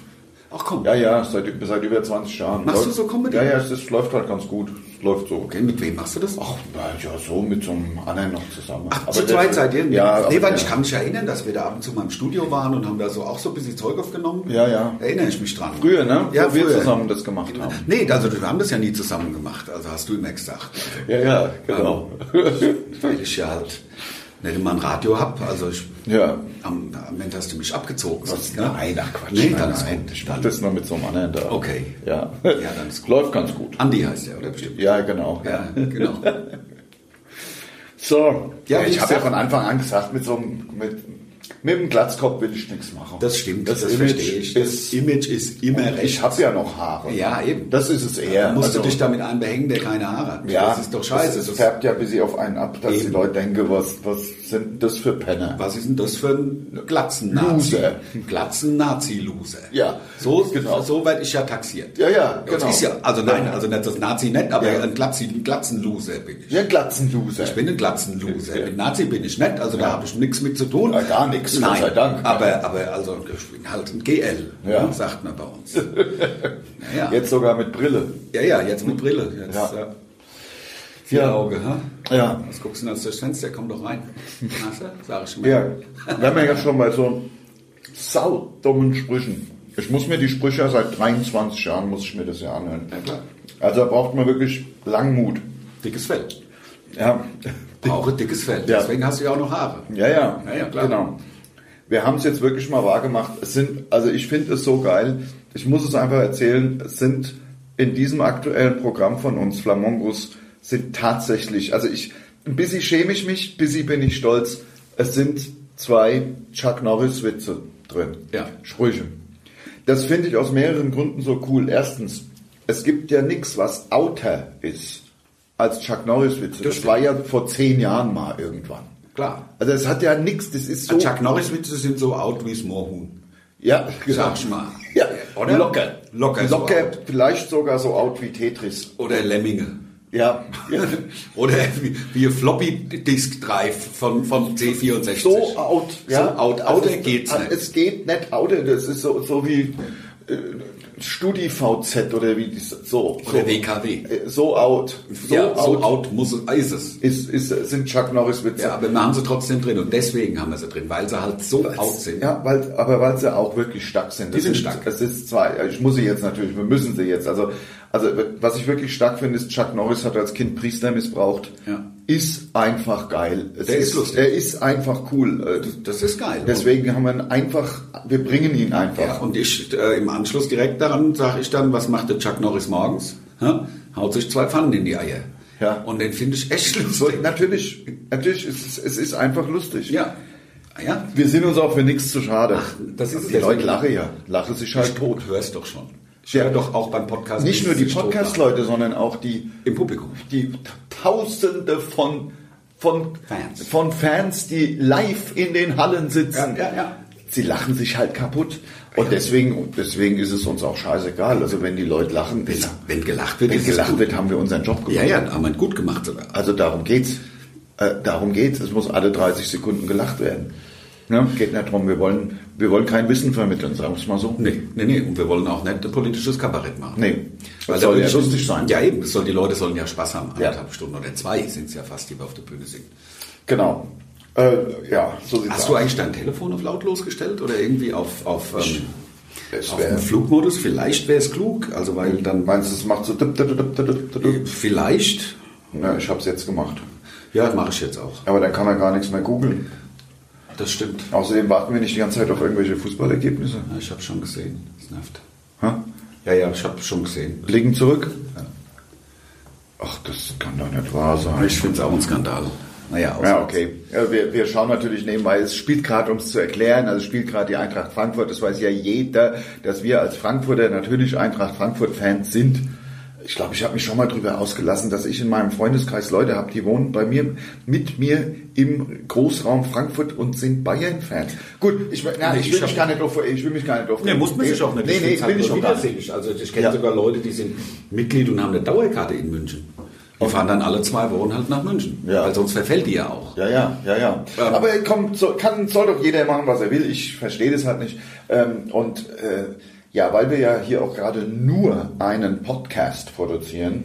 S2: Ach komm.
S1: Ja, ja, seit, seit über 20 Jahren.
S2: Machst du
S1: Läuft-
S2: so Comedy?
S1: Ja, ja, es ist, läuft halt ganz gut. Es läuft so.
S2: Okay, mit wem machst du das?
S1: Ach, na ja, so mit so einem anderen noch zusammen.
S2: Ach,
S1: Aber
S2: zu
S1: der-
S2: zweit seid ihr?
S1: Ja,
S2: nee,
S1: aber
S2: weil
S1: der-
S2: ich kann mich erinnern, dass wir da ab und zu mal im Studio waren und haben da so auch so ein bisschen Zeug aufgenommen.
S1: Ja, ja.
S2: Erinnere ich mich dran.
S1: Früher, ne?
S2: Ja,
S1: Wo wir
S2: früher.
S1: zusammen das gemacht haben.
S2: Nee, also wir haben das ja nie zusammen gemacht. Also hast du immer gesagt.
S1: Ja, ja, genau.
S2: Weil ich ja halt nicht immer ein Radio hab. Also ich,
S1: Ja.
S2: am, am Ende hast du mich abgezogen.
S1: Was?
S2: ne?
S1: Nein, ach Quatsch.
S2: Nee,
S1: nein,
S2: dann ist
S1: nein.
S2: gut.
S1: Ich mach das nur mit so einem anderen da.
S2: Okay.
S1: Ja.
S2: Ja, dann ist gut.
S1: Läuft ganz gut.
S2: Andi heißt der, oder bestimmt?
S1: Ja, genau.
S2: Ja, genau.
S1: So.
S2: Ja, wie
S1: ich habe ja
S2: gesagt-
S1: von Anfang an gesagt, mit so einem, mit, mit dem Glatzkopf will ich nichts machen.
S2: Das stimmt,
S1: Das,
S2: das,
S1: Image
S2: verstehe ich.
S1: ist
S2: Image ist immer
S1: Ich habe ja noch Haare.
S2: Ja, eben.
S1: Das ist es eher.
S2: Musst
S1: Also-
S2: du dich damit einbehengen, der keine Haare hat.
S1: Ja,
S2: Das ist doch scheiße.
S1: Das,
S2: Das-
S1: färbt ja bis sie auf einen ab, dass die
S2: Eben.
S1: Leute denken, was, was sind das für Penner?
S2: was ist denn das für ein Glatzen-Nazi?
S1: Loser.
S2: Glatzen-Nazi-Loser.
S1: Ja,
S2: So,
S1: genau.
S2: so werde ich ja taxiert.
S1: Ja, ja,
S2: Das
S1: genau.
S2: ist ja, also nein, also nicht das Nazi nicht, aber
S1: Ja.
S2: ein Glatzen- Glatzen-Loser bin ich.
S1: Ja, Glatzenloser.
S2: Ich bin ein Glatzenloser.
S1: Ja.
S2: Mit Nazi bin ich nicht, also da habe ich nichts mit zu tun.
S1: Ja, gar nichts, Gott
S2: Nein,
S1: sei Dank.
S2: Aber, aber also ich bin halt ein GL,
S1: Ja.
S2: ne, sagt man bei uns. naja.
S1: Jetzt sogar mit Brille.
S2: Ja, ja, jetzt mit Brille. Jetzt,
S1: Ja.
S2: ja. Vier
S1: Ja.
S2: Auge, ha?
S1: Ja.
S2: Was guckst du denn aus durchs Fenster? Komm doch rein. Hast du? Sag ich mal.
S1: Ja, wenn wir ja schon bei so saudummen Sprüchen. Ich muss mir die Sprüche seit 23 Jahren, muss ich mir das ja anhören.
S2: Na klar.
S1: Also da braucht man wirklich Langmut.
S2: Dickes Fell.
S1: Ja,
S2: Brauche dickes Fell.
S1: Ja.
S2: Deswegen hast du ja auch noch Haare.
S1: ja, ja,
S2: Ja, ja, klar.
S1: genau. Wir haben es jetzt wirklich mal wahrgemacht. Es sind, also ich finde es so geil. Ich muss es einfach erzählen. Es sind in diesem aktuellen Programm von uns, Flamongos, sind tatsächlich, also ich, ein bisschen schäme ich mich, ein bisschen bin ich stolz. Es sind zwei Chuck Norris-Witze drin.
S2: Ja.
S1: Sprüche. Das finde ich aus mehreren Gründen so cool. Erstens, es gibt ja nichts, was outer ist als Chuck Norris-Witze. Das, war ja vor zehn Jahren mal irgendwann.
S2: Klar.
S1: Also es hat ja nichts, das ist so.
S2: Chuck Norris Witze sind so out wie das Moorhuhn.
S1: Ja, genau.
S2: Sag ich mal.
S1: Ja,
S2: Oder?
S1: Locker.
S2: Locker. so
S1: Locker,
S2: out.
S1: vielleicht sogar so out wie Tetris.
S2: Oder Lemminge.
S1: Ja,
S2: Oder wie, wie Floppy Disk Drive von, von C64.
S1: so out. Ja.
S2: So out.
S1: Also
S2: Outer
S1: es-
S2: geht's
S1: also
S2: nicht.
S1: Es geht nicht outer, das ist so, so wie äh, StudiVZ oder wie dies, so.
S2: Oder
S1: so,
S2: WKW.
S1: Äh, So out. So
S2: ja,
S1: out,
S2: so out muss, ist es.
S1: Ist, ist, sind Chuck Norris Witze.
S2: Ja, aber wir haben sie trotzdem drin und deswegen haben wir sie drin, weil sie halt so out sind.
S1: Ja, weil, aber weil sie auch wirklich stark sind.
S2: Die
S1: Das
S2: sind
S1: ist-
S2: stark.
S1: Es ist zwar, ich muss sie jetzt natürlich, wir müssen sie jetzt. Also, also was ich wirklich stark finde, ist, Chuck Norris hat als Kind Priester missbraucht.
S2: Ja.
S1: Ist einfach geil. Es
S2: Der ist lustig.
S1: Er ist einfach cool. Äh,
S2: Das ist geil.
S1: Deswegen haben wir ihn einfach, wir bringen ihn einfach.
S2: ja, und ich äh, im Anschluss direkt daran sage ich dann, was macht der Chuck Norris morgens? Hä? Haut sich zwei Pfannen in die Eier.
S1: Ja.
S2: Und den finde ich echt
S1: So,
S2: lustig.
S1: natürlich, natürlich, es ist, es ist einfach lustig.
S2: Ja. Ah Ja,
S1: Wir sind uns auch für nichts zu schade.
S2: Ach, das ist es
S1: die
S2: jetzt.
S1: Leute lachen ja, lachen sich halt tot.
S2: hörst doch schon. Ich
S1: Ja.
S2: höre doch auch beim Podcast.
S1: Nicht nur die
S2: sich
S1: Podcast-Leute, sondern auch die
S2: totlachen. Im Publikum.
S1: die Tausende von, von,
S2: Fans.
S1: von Fans, die live in den Hallen sitzen.
S2: Ja, ja, ja.
S1: Sie lachen sich halt kaputt. Und deswegen, deswegen ist es uns auch scheißegal. Also wenn die Leute lachen,
S2: Wenn,
S1: wenn,
S2: wenn gelacht wird,
S1: wenn
S2: ist es
S1: gelacht
S2: gut.
S1: wird, haben wir unseren Job gemacht.
S2: Ja, ja, haben wir gut gemacht sogar.
S1: Also darum geht's. Äh, darum geht's. Es muss alle 30 Sekunden gelacht werden. Ne? Geht nicht drum. Wir wollen, wir wollen kein Wissen vermitteln, sagen wir es mal so.
S2: Nee, nee, nee. Und wir wollen auch nicht ein politisches Kabarett machen.
S1: Nee.
S2: Weil
S1: Es
S2: da
S1: soll
S2: will
S1: ja
S2: ich-
S1: lustig sein.
S2: Ja, eben. Es soll, die Leute sollen ja Spaß haben.
S1: Ja.
S2: Anderthalb Stunden oder zwei sind es ja fast, die wir auf der Bühne sind.
S1: Genau. Äh, ja, so sieht's
S2: Hast
S1: aus.
S2: du eigentlich dein Telefon auf lautlos gestellt oder irgendwie auf, auf, ähm,
S1: Es
S2: auf
S1: wär-
S2: den Flugmodus? Vielleicht wäre es klug. Also, weil dann.
S1: Meinst du, es macht so... dip, dip, dip, dip, dip, dip, dip?
S2: Vielleicht.
S1: Ja, ich hab's jetzt gemacht.
S2: Ja, mache ich jetzt auch.
S1: Aber dann kann man gar nichts mehr googeln.
S2: Das stimmt.
S1: Außerdem warten wir nicht die ganze Zeit auf irgendwelche Fußballergebnisse.
S2: Ja, ich habe schon gesehen. Das nervt.
S1: Hä?
S2: Ja, ja, ich habe schon gesehen.
S1: Blicken zurück. Ach, das kann doch nicht wahr sein.
S2: Ich finde es auch ein Skandal. Naja,
S1: Ja, okay. Ja, wir, wir schauen natürlich nebenbei, es spielt gerade, um es zu erklären, also es spielt gerade die Eintracht Frankfurt, das weiß ja jeder, dass wir als Frankfurter natürlich Eintracht Frankfurt-Fans sind. Ich glaube, ich habe mich schon mal drüber ausgelassen, dass ich in meinem Freundeskreis Leute habe, die wohnen bei mir, mit mir im Großraum Frankfurt und sind Bayern-Fans. Gut, ich, na,
S2: Nee,
S1: ich,
S2: ich
S1: will
S2: hab-
S1: mich gar nicht auf, ich will mich gar nicht auf.
S2: Nee, muss man sich auch nicht.
S1: Nee, nee,
S2: find's
S1: ich will
S2: halt
S1: mich
S2: nur
S1: auch gar nicht.
S2: widersinnig. Also ich kenne
S1: Ja.
S2: sogar Leute, die sind Mitglied und haben eine Dauerkarte in München. Die fahren dann alle zwei Wochen halt nach München.
S1: Ja.
S2: Weil sonst verfällt die ja auch.
S1: Ja, ja, ja, ja.
S2: Ähm.
S1: Aber komm, so, kann, soll doch jeder machen, was er will. Ich verstehe das halt nicht. Ähm, und äh, ja, weil wir ja hier auch gerade nur einen Podcast produzieren,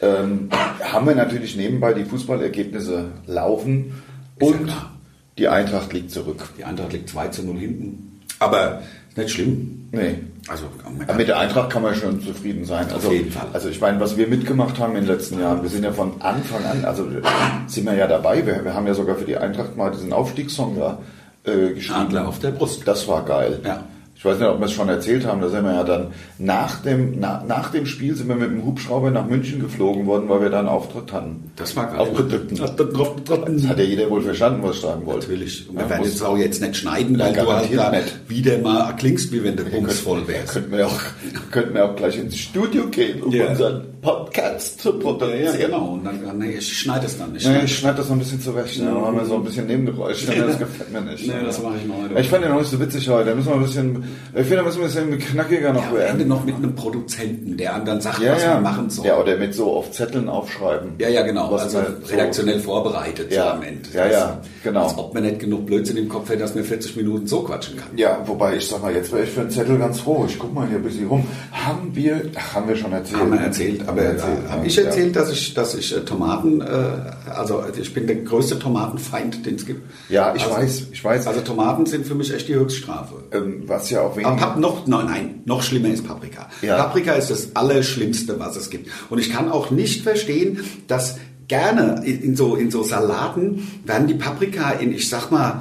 S1: ähm, haben wir natürlich nebenbei die Fußballergebnisse laufen
S2: Ist ja
S1: und
S2: klar.
S1: die Eintracht liegt zurück.
S2: Die Eintracht liegt 2 zu 0 hinten. Aber ist nicht schlimm.
S1: Nee.
S2: Also man
S1: Aber
S2: kann-
S1: mit der Eintracht kann man schon zufrieden sein. Also,
S2: jeden Fall.
S1: also ich meine, was wir mitgemacht haben in den letzten Jahren, wir sind ja von Anfang an, also sind wir ja dabei, wir, wir haben ja sogar für die Eintracht mal diesen Aufstiegssong da äh, geschrieben.
S2: Adler auf der Brust.
S1: Das war geil.
S2: Ja.
S1: Ich weiß nicht, ob wir es schon erzählt haben, da sind wir ja dann nach dem, na, nach dem Spiel sind wir mit dem Hubschrauber nach München geflogen worden, weil wir da einen Auftritt hatten.
S2: Das war geil.
S1: Auftritt. Das hat ja jeder wohl verstanden, was ich sagen wollte.
S2: Natürlich. Und
S1: Ja,
S2: wir werden
S1: muss-
S2: jetzt auch jetzt nicht schneiden, weil
S1: Ja,
S2: du halt
S1: garantiert
S2: da
S1: nicht.
S2: wieder mal klingst, wie wenn der Bums voll wärst.
S1: Könnten wir, auch, könnten wir auch gleich ins Studio gehen, um
S2: Ja.
S1: unseren Podcast zu produzieren.
S2: Ja, genau. Und dann, nee, ich schneide es dann nicht.
S1: Nee, ich schneide das noch ein bisschen zurecht. Ne? Dann haben wir so ein bisschen Nebengeräusche. Ne? Das gefällt mir nicht.
S2: Nee,
S1: ne?
S2: das mache ich mal heute.
S1: Ich fand den noch nicht so witzig heute. Da müssen wir ein bisschen, ich finde, da müssen wir ein bisschen knackiger noch
S2: Ja, am Ende
S1: werden.
S2: noch mit einem Produzenten, der anderen sagt,
S1: Ja,
S2: was
S1: ja.
S2: man machen soll.
S1: Ja, oder mit so auf Zetteln aufschreiben.
S2: ja, ja, genau.
S1: Was
S2: also
S1: man so-
S2: redaktionell vorbereitet
S1: Ja.
S2: so am Ende. Also,
S1: Ja, ja, genau.
S2: Als ob man nicht genug Blödsinn im Kopf hätte, dass man 40 Minuten so quatschen kann.
S1: Ja, wobei ich sag mal, jetzt wäre ich für einen Zettel ganz froh. Ich guck mal hier ein bisschen rum. Haben wir, ach, haben wir schon erzählt.
S2: Haben wir erzählt, aber
S1: Haben wir
S2: äh, habe
S1: ja.
S2: ich erzählt, dass ich, dass ich äh, Tomaten, äh, also ich bin der größte Tomatenfeind, den es gibt.
S1: Ja, ich
S2: also,
S1: weiß, ich weiß.
S2: Also Tomaten sind für mich echt die Höchststrafe.
S1: Ähm, was ja auch
S2: Aber
S1: weniger.
S2: Pap noch, nein, nein, noch schlimmer ist Paprika.
S1: Ja.
S2: Paprika ist das Allerschlimmste, was es gibt. Und ich kann auch nicht verstehen, dass gerne in, in, so, in so Salaten werden die Paprika in, ich sag mal,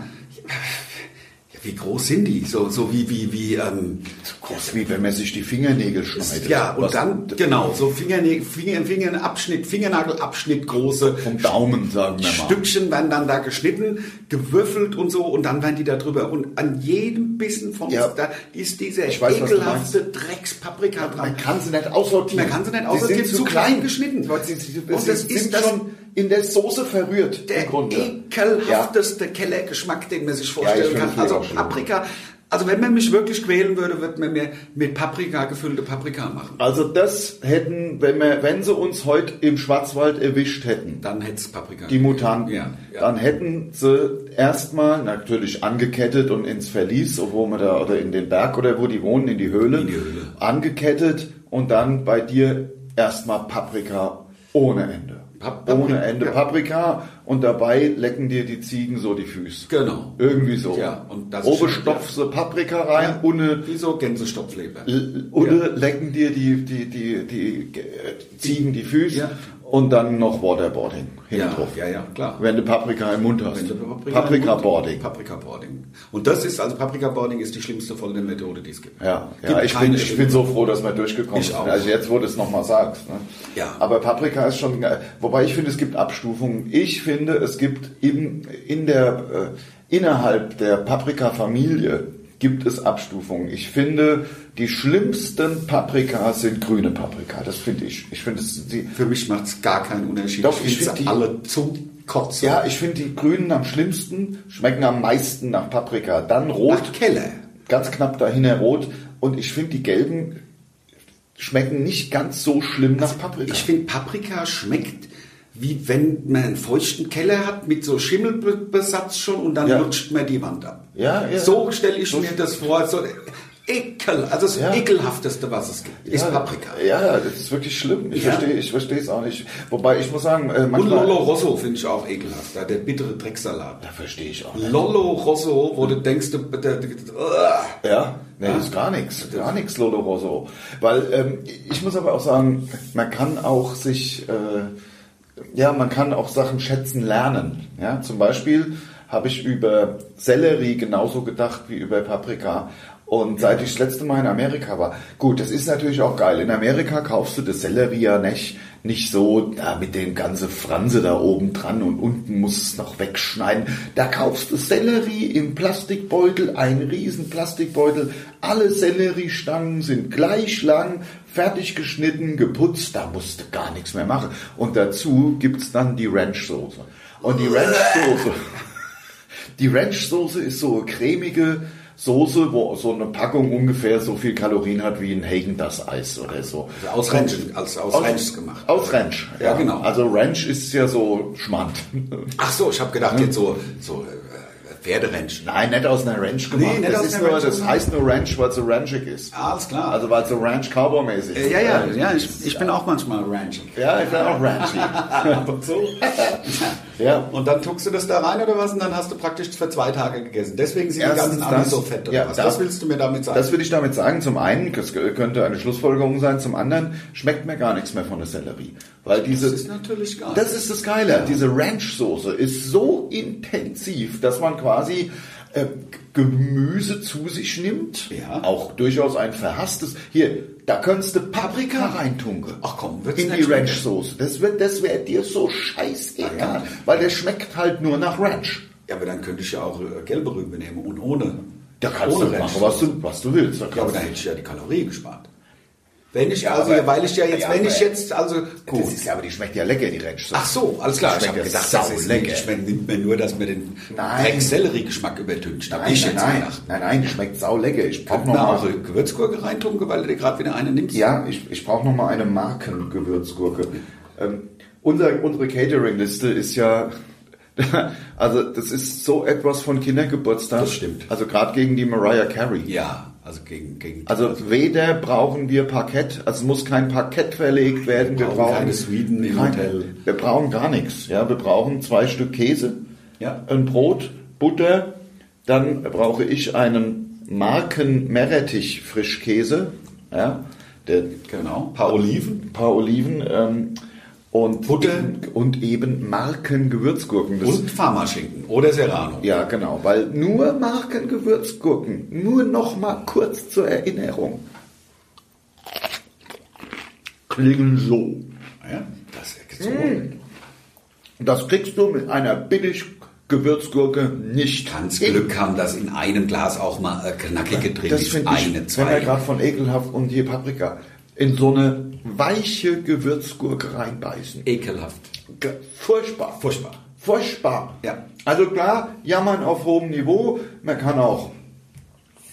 S2: ja, wie groß sind die? So, so wie, wie, wie, ähm,
S1: Groß wie wenn man sich die Fingernägel schneidet.
S2: ja, und
S1: Was-
S2: dann, genau, so Fingernägel, Finger, Fingerabschnitt, Fingernagel-Abschnitt große
S1: Vom Daumen, sagen wir mal.
S2: Stückchen werden dann da geschnitten, gewürfelt und so und dann werden die da drüber. Und an jedem Bissen vom
S1: Ja.
S2: da ist dieser
S1: Ich weiß, was du
S2: ekelhafte Dreckspaprika dran.
S1: Man kann sie nicht aussortieren.
S2: Man kann sie nicht aussortieren,
S1: Die sind zu
S2: zu
S1: klein
S2: klein geschnitten.
S1: Sie, sie, sie,
S2: Und das
S1: sind
S2: ist das-
S1: schon in der Soße verrührt.
S2: der
S1: im Grunde.
S2: ekelhafteste Kellergeschmack, den man sich
S1: Ja, ich
S2: vorstellen
S1: finde
S2: kann.
S1: das
S2: Also
S1: auch schlimm.
S2: Paprika. Also wenn man mich wirklich quälen würde, würde man mir mit Paprika gefüllte Paprika machen.
S1: Also das hätten, wenn, wir, wenn sie uns heute im Schwarzwald erwischt hätten,
S2: Dann hätte es Paprika.
S1: die Mutanten,
S2: Ja, ja.
S1: dann hätten sie erstmal natürlich angekettet und ins Verlies, wo man da oder in den Berg oder wo die wohnen, in die Höhle,
S2: In die Höhle.
S1: angekettet und dann bei dir erstmal Paprika ohne Ende.
S2: Pap-
S1: ohne
S2: Paprika,
S1: Ende
S2: ja.
S1: Paprika und dabei lecken dir die Ziegen so die Füße.
S2: Genau.
S1: Irgendwie so.
S2: Ja, und das ist
S1: Oben
S2: schon-
S1: stopfst du Paprika rein, ohne,
S2: Wie so Gänsestopfleber.
S1: ohne lecken dir die, die, die, die äh, Ziegen die Füße
S2: Ja.
S1: und dann noch Waterboarding hin
S2: Ja,
S1: drauf.
S2: ja, ja, klar.
S1: Wenn du Paprika im Mund hast.
S2: Paprika
S1: Paprika-Boarding.
S2: Paprika Boarding. Und das ist, also Paprika Boarding ist die schlimmste von den Methode, die es gibt.
S1: Ja,
S2: Gibt
S1: ja ich, bin,
S2: keine
S1: ich
S2: schlimme.
S1: bin so froh, dass wir durchgekommen
S2: Ich
S1: sind.
S2: auch.
S1: Also jetzt, wo du es nochmal sagst. Ne?
S2: Ja.
S1: Aber Paprika ist schon geil. Wobei ich finde, es gibt Abstufungen. Ich finde, es gibt im, in der, äh, innerhalb der Paprika-Familie gibt es Abstufungen. Ich finde, die schlimmsten Paprika sind grüne Paprika. Das finde ich. Ich finde, es die,
S2: Für mich macht es gar keinen Unterschied.
S1: Doch, ich
S2: finde
S1: find die-
S2: alle zu kotzen.
S1: ja, ich finde die grünen am schlimmsten, schmecken am meisten nach Paprika. Dann rot.
S2: Nach Keller.
S1: ganz knapp dahinter rot. Und ich finde, die gelben schmecken nicht ganz so schlimm nach Paprika.
S2: Ich finde, Paprika schmeckt wie wenn man einen feuchten Keller hat mit so Schimmelbesatz schon und dann
S1: Ja.
S2: lutscht man die Wand ab.
S1: Ja, ja.
S2: So stelle ich
S1: So-
S2: mir das vor. So ekel, also das
S1: Ja.
S2: ekelhafteste, was es gibt, ist Paprika.
S1: Ja, das ist wirklich schlimm. Ich
S2: Ja.
S1: verstehe ich verstehe es auch nicht. Wobei ich muss sagen, äh,
S2: Und
S1: manchmal...
S2: Lollo Rosso finde ich auch ekelhaft, der bittere Drecksalat.
S1: Da verstehe ich auch nicht.
S2: Lollo Rosso, wo du denkst, du, der, der, uah.
S1: Ja, nee, ist gar nichts. Gar nichts Lolo Rosso. Weil ähm, ich muss aber auch sagen, man kann auch sich, äh, ja, man kann auch Sachen schätzen lernen. Ja, zum Beispiel habe ich über Sellerie genauso gedacht wie über Paprika. Und seit ich das letzte Mal in Amerika war, gut, das ist natürlich auch geil. In Amerika kaufst du das Sellerie ja nicht, nicht so da mit dem ganzen Franse da oben dran und unten muss es noch wegschneiden. Da kaufst du Sellerie im Plastikbeutel, ein riesen Plastikbeutel. Alle Selleriestangen sind gleich lang, fertig geschnitten, geputzt, da musst du gar nichts mehr machen. Und dazu gibt's dann die Ranchsoße. Und die Ranchsoße, die Ranchsoße ist so cremige, Soße, wo so eine Packung ungefähr so viel Kalorien hat wie ein Hagen das Eis oder so.
S2: Also aus Ranch, als, aus, Ranch gemacht.
S1: Aus Ranch,
S2: Ja, genau.
S1: Also Ranch ist ja so Schmand.
S2: Ach so, ich habe gedacht, jetzt so, so äh, Pferderanch.
S1: Nein, nicht aus einer Ranch gemacht.
S2: nicht
S1: das,
S2: aus
S1: ist
S2: einer
S1: nur,
S2: Ranch
S1: das
S2: gemacht.
S1: heißt nur Ranch, weil es so ranchig ist.
S2: Ah, alles klar.
S1: Also weil es so Ranch Cowboy-mäßig
S2: Äh,
S1: ist. Also,
S2: ja, ja, ja, ich, ich bin auch manchmal Ranch.
S1: Ja, ich bin auch ranchy.
S2: Ah, so.
S1: ja.
S2: Und dann tuckst du das da rein oder was und dann hast du praktisch für zwei Tage gegessen. Deswegen sind
S1: Erstens
S2: die ganzen Amis
S1: das.
S2: so fett oder
S1: Ja,
S2: was.
S1: das-
S2: Das, willst du mir damit sagen?
S1: Das will ich damit sagen. Zum einen, das könnte eine Schlussfolgerung sein. Zum anderen schmeckt mir gar nichts mehr von der Sellerie. Weil diese,
S2: ist natürlich geil.
S1: Das ist das Geile. Diese Ranch-Soße ist so intensiv, dass man quasi äh, Gemüse zu sich nimmt.
S2: Ja.
S1: Auch durchaus ein verhasstes. Hier, da könntest du Paprika reintunken.
S2: Ach komm, wird's
S1: In
S2: nicht
S1: die
S2: schmecken. Ah,
S1: Ranch-Soße. Das wird, das wäre dir so scheißegal.
S2: Ja.
S1: Weil der schmeckt halt nur nach Ranch.
S2: ja, aber dann könnte ich ja auch äh, gelbe Rübe nehmen und ohne.
S1: Da kannst
S2: ohne
S1: du
S2: Ranch.
S1: machen, was du, was du willst. Da
S2: Ja, aber
S1: kannst
S2: dann hätte ich ja die Kalorie gespart. Wenn ich
S1: Ja,
S2: also,
S1: aber-
S2: weil ich ja jetzt,
S1: ja,
S2: wenn
S1: aber-
S2: ich jetzt, also,
S1: du, das
S2: gut.
S1: ist ja, aber die schmeckt ja lecker, die Ranch-Soße.
S2: Ach so, alles klar.
S1: Die
S2: Ich
S1: schmeckt
S2: habe
S1: ja
S2: gedacht, das ist
S1: saulecker.
S2: lecker. Ich meine, nimmt mir nur, dass mir den
S1: Nein.
S2: Drecksellerie-Geschmack übertüncht. Hab
S1: Nein,
S2: ich
S1: nein,
S2: jetzt
S1: nein,
S2: gedacht. Genau
S1: nein, nein, die schmeckt saulecker. Ich brauch
S2: Kommt
S1: noch
S2: mal
S1: mal
S2: eure Gewürzgurke reintunken, weil du dir gerade wieder eine nimmst.
S1: Ja, ich, ich brauche noch mal eine Markengewürzgurke. Ähm, unser, unsere Catering-Liste ist ja, also das ist so etwas von Kindergeburtstag.
S2: Das stimmt.
S1: Also gerade gegen die Mariah Carey.
S2: Ja, also gegen, gegen
S1: Also weder brauchen wir Parkett, also es muss kein Parkett verlegt werden. Wir
S2: brauchen
S1: brauchen
S2: keine Suiten im
S1: Nein,
S2: Hotel.
S1: Wir brauchen gar nichts. Ja, wir brauchen zwei Stück Käse,
S2: Ja.
S1: ein Brot, Butter. Dann brauche ich einen Marken Meerrettich Frischkäse. Ja, der
S2: genau. Ein paar Oliven.
S1: ein paar Oliven ähm, und
S2: Butter.
S1: und eben Markengewürzgurken. Das-
S2: Und Parmaschinken oder Serrano.
S1: Ja, genau, weil nur Markengewürzgurken, nur noch mal kurz zur Erinnerung. Klingen so.
S2: Ja, das ist so.
S1: Hm.
S2: Mm.
S1: Das kriegst du mit einer billig Gewürzgurke nicht.
S2: Ganz
S1: hin.
S2: Glück haben, dass in einem Glas auch mal äh, knackige drin
S1: Das
S2: ist.
S1: finde ich,
S2: Eine,
S1: wenn wir
S2: zwei.
S1: gerade von ekelhaft und hier Paprika in so eine weiche Gewürzgurke reinbeißen.
S2: Ekelhaft.
S1: Ge- Furchtbar.
S2: Furchtbar.
S1: Furchtbar.
S2: Ja.
S1: Also klar, jammern auf hohem Niveau. Man kann auch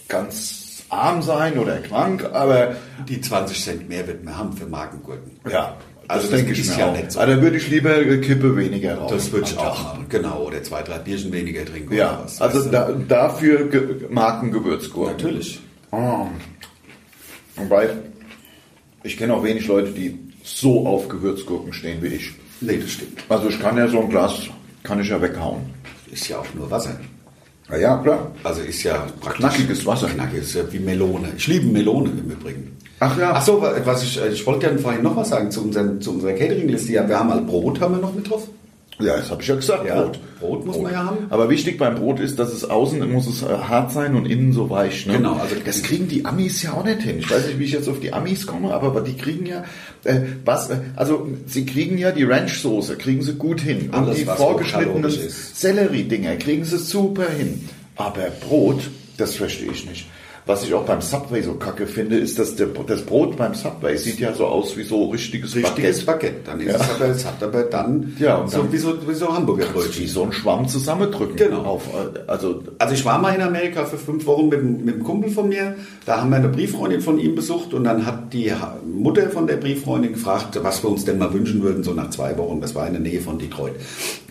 S1: ganz arm sein oder krank, aber
S2: Die 20 Cent mehr wird man haben für Magengurken.
S1: ja,
S2: Also
S1: das
S2: das
S1: denke ich
S2: ist
S1: mir
S2: ja
S1: auch.
S2: nicht so.
S1: Aber da würde ich lieber äh, Kippe weniger rauchen.
S2: Das würde ich auch machen. Genau, oder zwei, drei Bierchen weniger trinken.
S1: Ja,
S2: oder was, weißt
S1: also
S2: du?
S1: da, dafür Ge- Markengewürzgurken.
S2: Natürlich.
S1: Oh. Wobei, ich kenne auch wenig Leute, die so auf Gewürzgurken stehen wie ich.
S2: Nee, das stimmt.
S1: Also ich kann ja so ein Glas, kann ich ja weghauen.
S2: Ist ja auch nur Wasser.
S1: Ja, ja klar.
S2: Also ist ja praktisch.
S1: Knackiges Wasser.
S2: Knackiges, ja, wie Melone. Ich liebe Melone im Übrigen.
S1: Ach ja.
S2: Ach so, wa- was ich, äh, ich wollte ja vorhin noch was sagen zu, unserem, zu unserer Catering-Liste. Ja, wir haben halt Brot, haben wir noch mit drauf.
S1: Ja, das habe ich ja gesagt.
S2: Ja, Brot muss man ja haben.
S1: Aber wichtig beim Brot ist, dass es außen muss es äh, hart sein und innen so weich. Ne?
S2: Genau, also-
S1: das kriegen die Amis ja auch nicht hin. Ich weiß nicht, wie ich jetzt auf die Amis komme, aber aber die kriegen ja äh, was. Äh, also sie kriegen ja die Ranch-Soße, kriegen sie gut hin. und
S2: Alles,
S1: die
S2: was
S1: vorgeschnittenen
S2: hochkalorisch ist.
S1: Sellerie-Dinger kriegen sie super hin. Aber Brot, das verstehe ich nicht. Was ich auch beim Subway so kacke finde, ist, dass der, das Brot beim Subway sieht ja so aus wie so richtiges,
S2: Richtiges
S1: Baguette.
S2: Baguette. Dann ist es aber, es hat aber dann,
S1: Ja, und
S2: so,
S1: dann-
S2: wie so, wie so Hamburger Brötchen.
S1: Wie so ein Schwamm zusammendrücken.
S2: Genau.
S1: Auf, äh, also
S2: Also ich war mal in Amerika für fünf Wochen mit, einem- mit einem Kumpel von mir. Da haben wir eine Brieffreundin von ihm besucht und dann hat die Ha- Mutter von der Brieffreundin gefragt, was wir uns denn mal wünschen würden, so nach zwei Wochen. Das war in der Nähe von Detroit.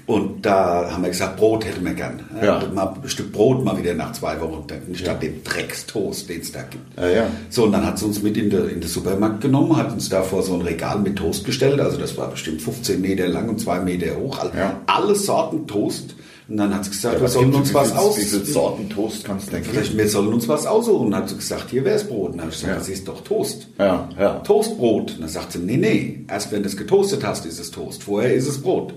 S2: Und da haben wir gesagt, Brot hätten wir gern.
S1: Ja.
S2: Mal ein Stück Brot mal wieder nach zwei Wochen, dann- statt dem Dreckstoast, den es da gibt.
S1: Ja, ja.
S2: So, und dann hat sie uns mit in den in den Supermarkt genommen, hat uns da vor so ein Regal mit Toast gestellt. Also das war bestimmt 15 Meter lang und zwei Meter hoch. Also
S1: Ja.
S2: Alle Sorten Toast. Und dann hat sie gesagt, wir
S1: was
S2: sollen
S1: gibt-
S2: uns
S1: wie
S2: was
S1: viel- Wie
S2: aus.
S1: viel Sorten Toast kannst du denn
S2: Vielleicht,
S1: kriegen?
S2: wir sollen uns was aussuchen. Und hat sie gesagt, hier wäre es Brot. Und dann habe ich gesagt,
S1: Ja.
S2: das ist doch Toast.
S1: Ja, ja.
S2: Toastbrot. Und dann sagt sie, nee, nee, erst wenn du es getoastet hast, ist es Toast. Vorher ist es Brot.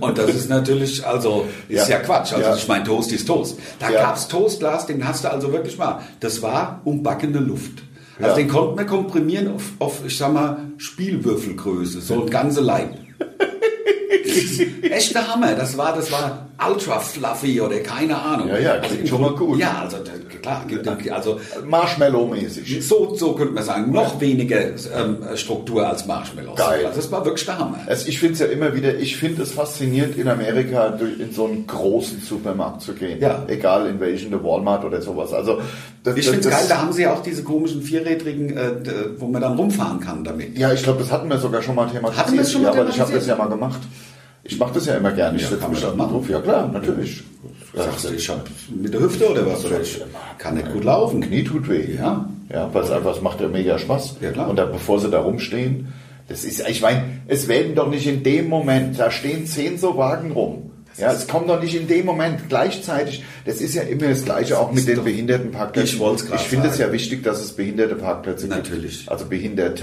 S2: Und das ist natürlich, also, ist ja,
S1: Ja.
S2: Quatsch. Also,
S1: Ja.
S2: ich meine, Toast ist Toast. Da
S1: Ja.
S2: gab's Toast, Lars, den hast du also wirklich mal. Das war umbackene Luft. Also,
S1: Ja.
S2: den konnten wir komprimieren auf, auf, ich sag mal, Spielwürfelgröße, so ein ganze Leib. Echter Hammer, das war, das war ultra fluffy oder keine Ahnung.
S1: Ja, ja,
S2: also,
S1: klingt schon mal gut.
S2: Ja, also da- klar, gibt- also
S1: Marshmallow-mäßig.
S2: so, so könnte man sagen, noch weniger ähm, Struktur als Marshmallows.
S1: Geil.
S2: Also das war wirklich der Hammer.
S1: Also ich finde es ja immer wieder, ich finde es faszinierend, in Amerika durch, in so einen großen Supermarkt zu gehen.
S2: Ja.
S1: Egal in welchen, der Walmart oder sowas. Also das,
S2: Ich
S1: das-
S2: finde es
S1: das-
S2: geil, da haben sie ja auch diese komischen vierrädrigen, äh, d- wo man dann rumfahren kann damit.
S1: Ja, ich glaube, das hatten wir sogar schon mal thematisiert.
S2: Hatten wir es schon mal
S1: ja, weil ich habe
S2: thematisiert?
S1: das ja mal gemacht. Ich mache das ja immer gerne. Ich
S2: Ja,
S1: setz
S2: kann
S1: mich
S2: man
S1: da
S2: doch
S1: mal
S2: machen.
S1: drauf. Ja klar, natürlich.
S2: Sagst du, ich hab mit der Hüfte oder was? Oder ich kann nicht
S1: Ein
S2: gut laufen.
S1: Knie tut weh.
S2: Ja.
S1: Ja, weil es einfach, es macht ja mega Spaß.
S2: Ja, klar.
S1: Und dann, bevor sie da rumstehen, das ist, ich meine, es werden doch nicht in dem Moment, da stehen zehn so Wagen rum. Ja, es kommt doch nicht in dem Moment gleichzeitig. Das ist ja immer das Gleiche auch mit den Behindertenparkplätzen.
S2: Ich wollt's grad
S1: Ich finde es
S2: sagen.
S1: ja wichtig, dass es behinderte Parkplätze
S2: Natürlich.
S1: gibt. Also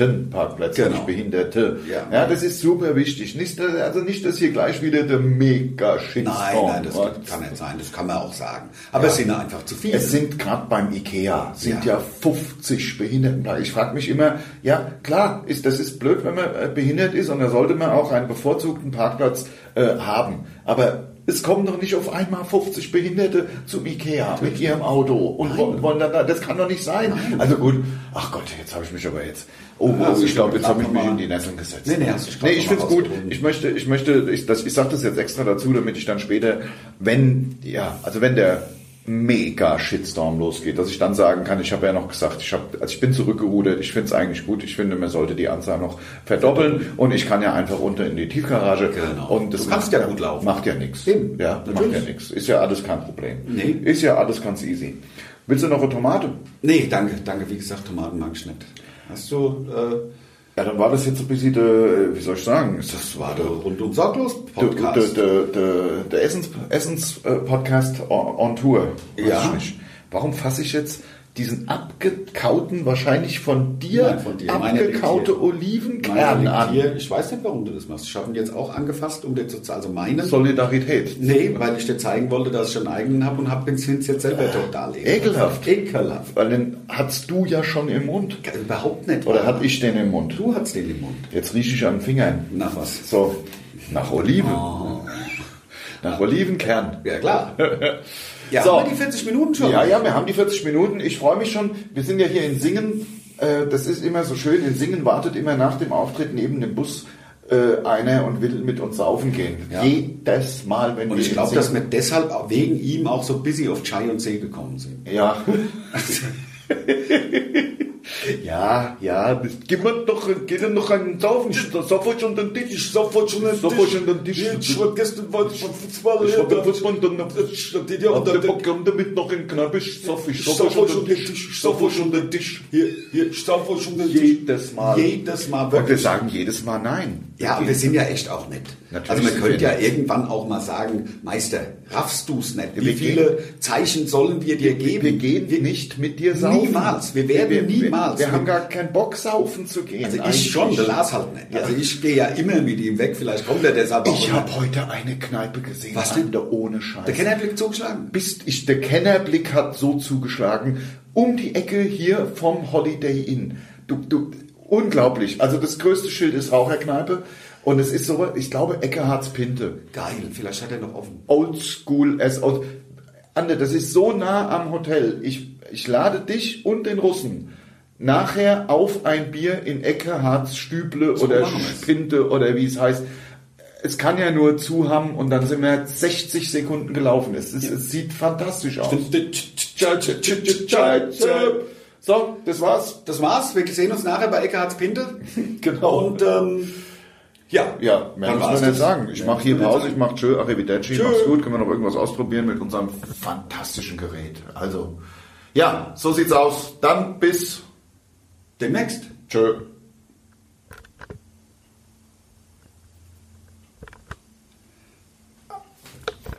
S1: Behindertenparkplätze,
S2: Genau.
S1: nicht Behinderte.
S2: Ja.
S1: ja, das ist super wichtig. Nicht, dass- also nicht, dass hier gleich wieder der mega Shitstorm
S2: Nein, nein, das
S1: kommt.
S2: kann nicht sein, das kann man auch sagen. Aber es sind einfach zu viele.
S1: Es sind gerade beim IKEA sind
S2: Ja.
S1: ja, 50 Behindertenparkplätze. Ich frage mich immer, ja klar, ist das ist blöd, wenn man äh, behindert ist und da sollte man auch einen bevorzugten Parkplatz äh, haben. Aber es kommen doch nicht auf einmal 50 Behinderte zum IKEA mit ihrem Auto und wollen wollen dann da, das kann doch nicht sein. Also gut, ach Gott, jetzt habe ich mich aber jetzt. Oh,
S2: Ja,
S1: oh
S2: hast du
S1: ich glaube, jetzt
S2: gerade
S1: habe ich mich
S2: noch mal-
S1: in die Nesseln gesetzt.
S2: Nee, nee, hast du
S1: nee
S2: gerade
S1: ich
S2: noch mal
S1: finde es gut.
S2: rausgehoben.
S1: Ich möchte, ich möchte, ich, das, ich sage das jetzt extra dazu, damit ich dann später, wenn, ja, also wenn der mega Shitstorm losgeht, dass ich dann sagen kann, ich habe ja noch gesagt, ich habe, also ich bin zurückgerudert, ich finde es eigentlich gut, ich finde, man sollte die Anzahl noch verdoppeln und ich kann ja einfach runter in die Tiefgarage
S2: Genau.
S1: und das
S2: Du kannst
S1: macht-
S2: ja gut laufen.
S1: Macht ja nichts.
S2: Eben.
S1: Ja,
S2: Natürlich.
S1: macht ja nichts. Ist ja alles kein Problem.
S2: Nee.
S1: Ist ja alles ganz easy. Willst du noch eine Tomate?
S2: Nee, danke, danke. Wie gesagt, Tomaten mag ich nicht. Hast du äh,
S1: Ja, dann war das jetzt ein bisschen, der, wie soll ich sagen, ist das war der
S2: rundum sorglos Podcast?
S1: Der, der, der, der Essens, Essens äh, Podcast on, on Tour. Weiß
S2: Ja.
S1: ich nicht. Warum fasse ich jetzt diesen abgekauten, wahrscheinlich von dir,
S2: Nein, von dir. Meiner liegt
S1: abgekaute
S2: hier.
S1: Olivenkern
S2: Meine liegt
S1: an?
S2: hier, ich weiß nicht, warum du das machst. Ich habe ihn jetzt auch angefasst, um dir zu also meinen.
S1: Solidarität.
S2: Nee, weil ich dir zeigen wollte, dass ich einen eigenen habe und habe den Zins jetzt selber total
S1: Äh, ekelhaft.
S2: Ekelhaft.
S1: Weil den hattest du ja schon im Mund.
S2: Überhaupt nicht.
S1: Oder hatte ich den im Mund?
S2: Du hattest den im Mund.
S1: Jetzt rieche ich an den Fingern.
S2: Nach was?
S1: So, nach Oliven.
S2: Oh.
S1: Nach Olivenkern.
S2: Ja, klar. Ja,
S1: So.
S2: haben wir die 40 Minuten schon.
S1: Ja, ja, wir haben die 40 Minuten. Ich freue mich schon. Wir sind ja hier in Singen. Äh, Das ist immer so schön. In Singen wartet immer nach dem Auftritt neben dem Bus äh, einer und will mit uns saufen gehen.
S2: Ja.
S1: Jedes Mal, wenn
S2: Und
S1: wir
S2: ich
S1: in
S2: glaube, dass
S1: Singen-
S2: wir deshalb auch wegen ihm auch so busy auf Chai und See gekommen sind.
S1: Ja. Ja, ja, das- gib mir doch, geh dir noch einen Saufen, ich sofort schon den Tisch, ich sofort schon den sofort Schon den Tisch. Ich war gestern wollte ich Fußball, ich wollte Fußball, dann hab ich der Programm damit noch in Kneipe, ich sauf, ich sauf schon den Tisch, ich sauf schon den Tisch.
S2: Hier, hier, ich sauf euch um den
S1: Jedes Mal.
S2: Jedes Mal
S1: Und wir
S2: wirklich.
S1: sagen jedes Mal nein.
S2: Ja, und wir sind ja echt auch nett.
S1: Natürlich
S2: also man
S1: sind
S2: könnte
S1: wir
S2: ja
S1: nett.
S2: irgendwann auch mal sagen, Meister, raffst du's nicht? Wie
S1: Wir
S2: viele Zeichen sollen wir dir geben?
S1: Wir gehen nicht mit dir saufen.
S2: Niemals. Wir werden niemals.
S1: Wir, wir haben gar keinen Bock, saufen zu gehen.
S2: Also ich
S1: eigentlich.
S2: schon, der Lars halt nicht. Also ich gehe ja immer mit ihm weg, vielleicht kommt er deshalb auch.
S1: Ich
S2: nicht.
S1: habe heute eine Kneipe gesehen.
S2: Was denn?
S1: Alter, ohne Scheiß.
S2: Der Kennerblick zugeschlagen.
S1: bist ich, der Kennerblick hat so zugeschlagen, um die Ecke hier vom Holiday Inn. Du, du, unglaublich. Also das größte Schild ist Raucherkneipe und es ist so, ich glaube, Eckehards Pinte.
S2: Geil, vielleicht hat er noch offen.
S1: Oldschool as old. Ander, das ist so nah am Hotel. Ich, ich lade dich und den Russen nachher auf ein Bier in Eckehards Stüble oder
S2: machen wir's.
S1: Spinte oder wie es heißt. Es kann ja nur zu haben und dann sind wir 60 Sekunden gelaufen. Es, ist, es sieht fantastisch aus. So, das war's.
S2: Das war's, wir sehen uns nachher bei Eckards Pinte.
S1: Genau.
S2: Und ähm, ja,
S1: Ja, mehr
S2: Dann
S1: muss man
S2: war's
S1: nicht
S2: das.
S1: sagen. Ich
S2: Mehr
S1: mache
S2: muss
S1: hier
S2: man nicht
S1: Pause,
S2: sagen.
S1: ich mache Tschö, Arrivederci,
S2: Tschö.
S1: mach's gut. Können wir noch irgendwas ausprobieren mit unserem fantastischen Gerät. Also, ja, so sieht's aus. Dann bis
S2: demnächst.
S1: Tschö.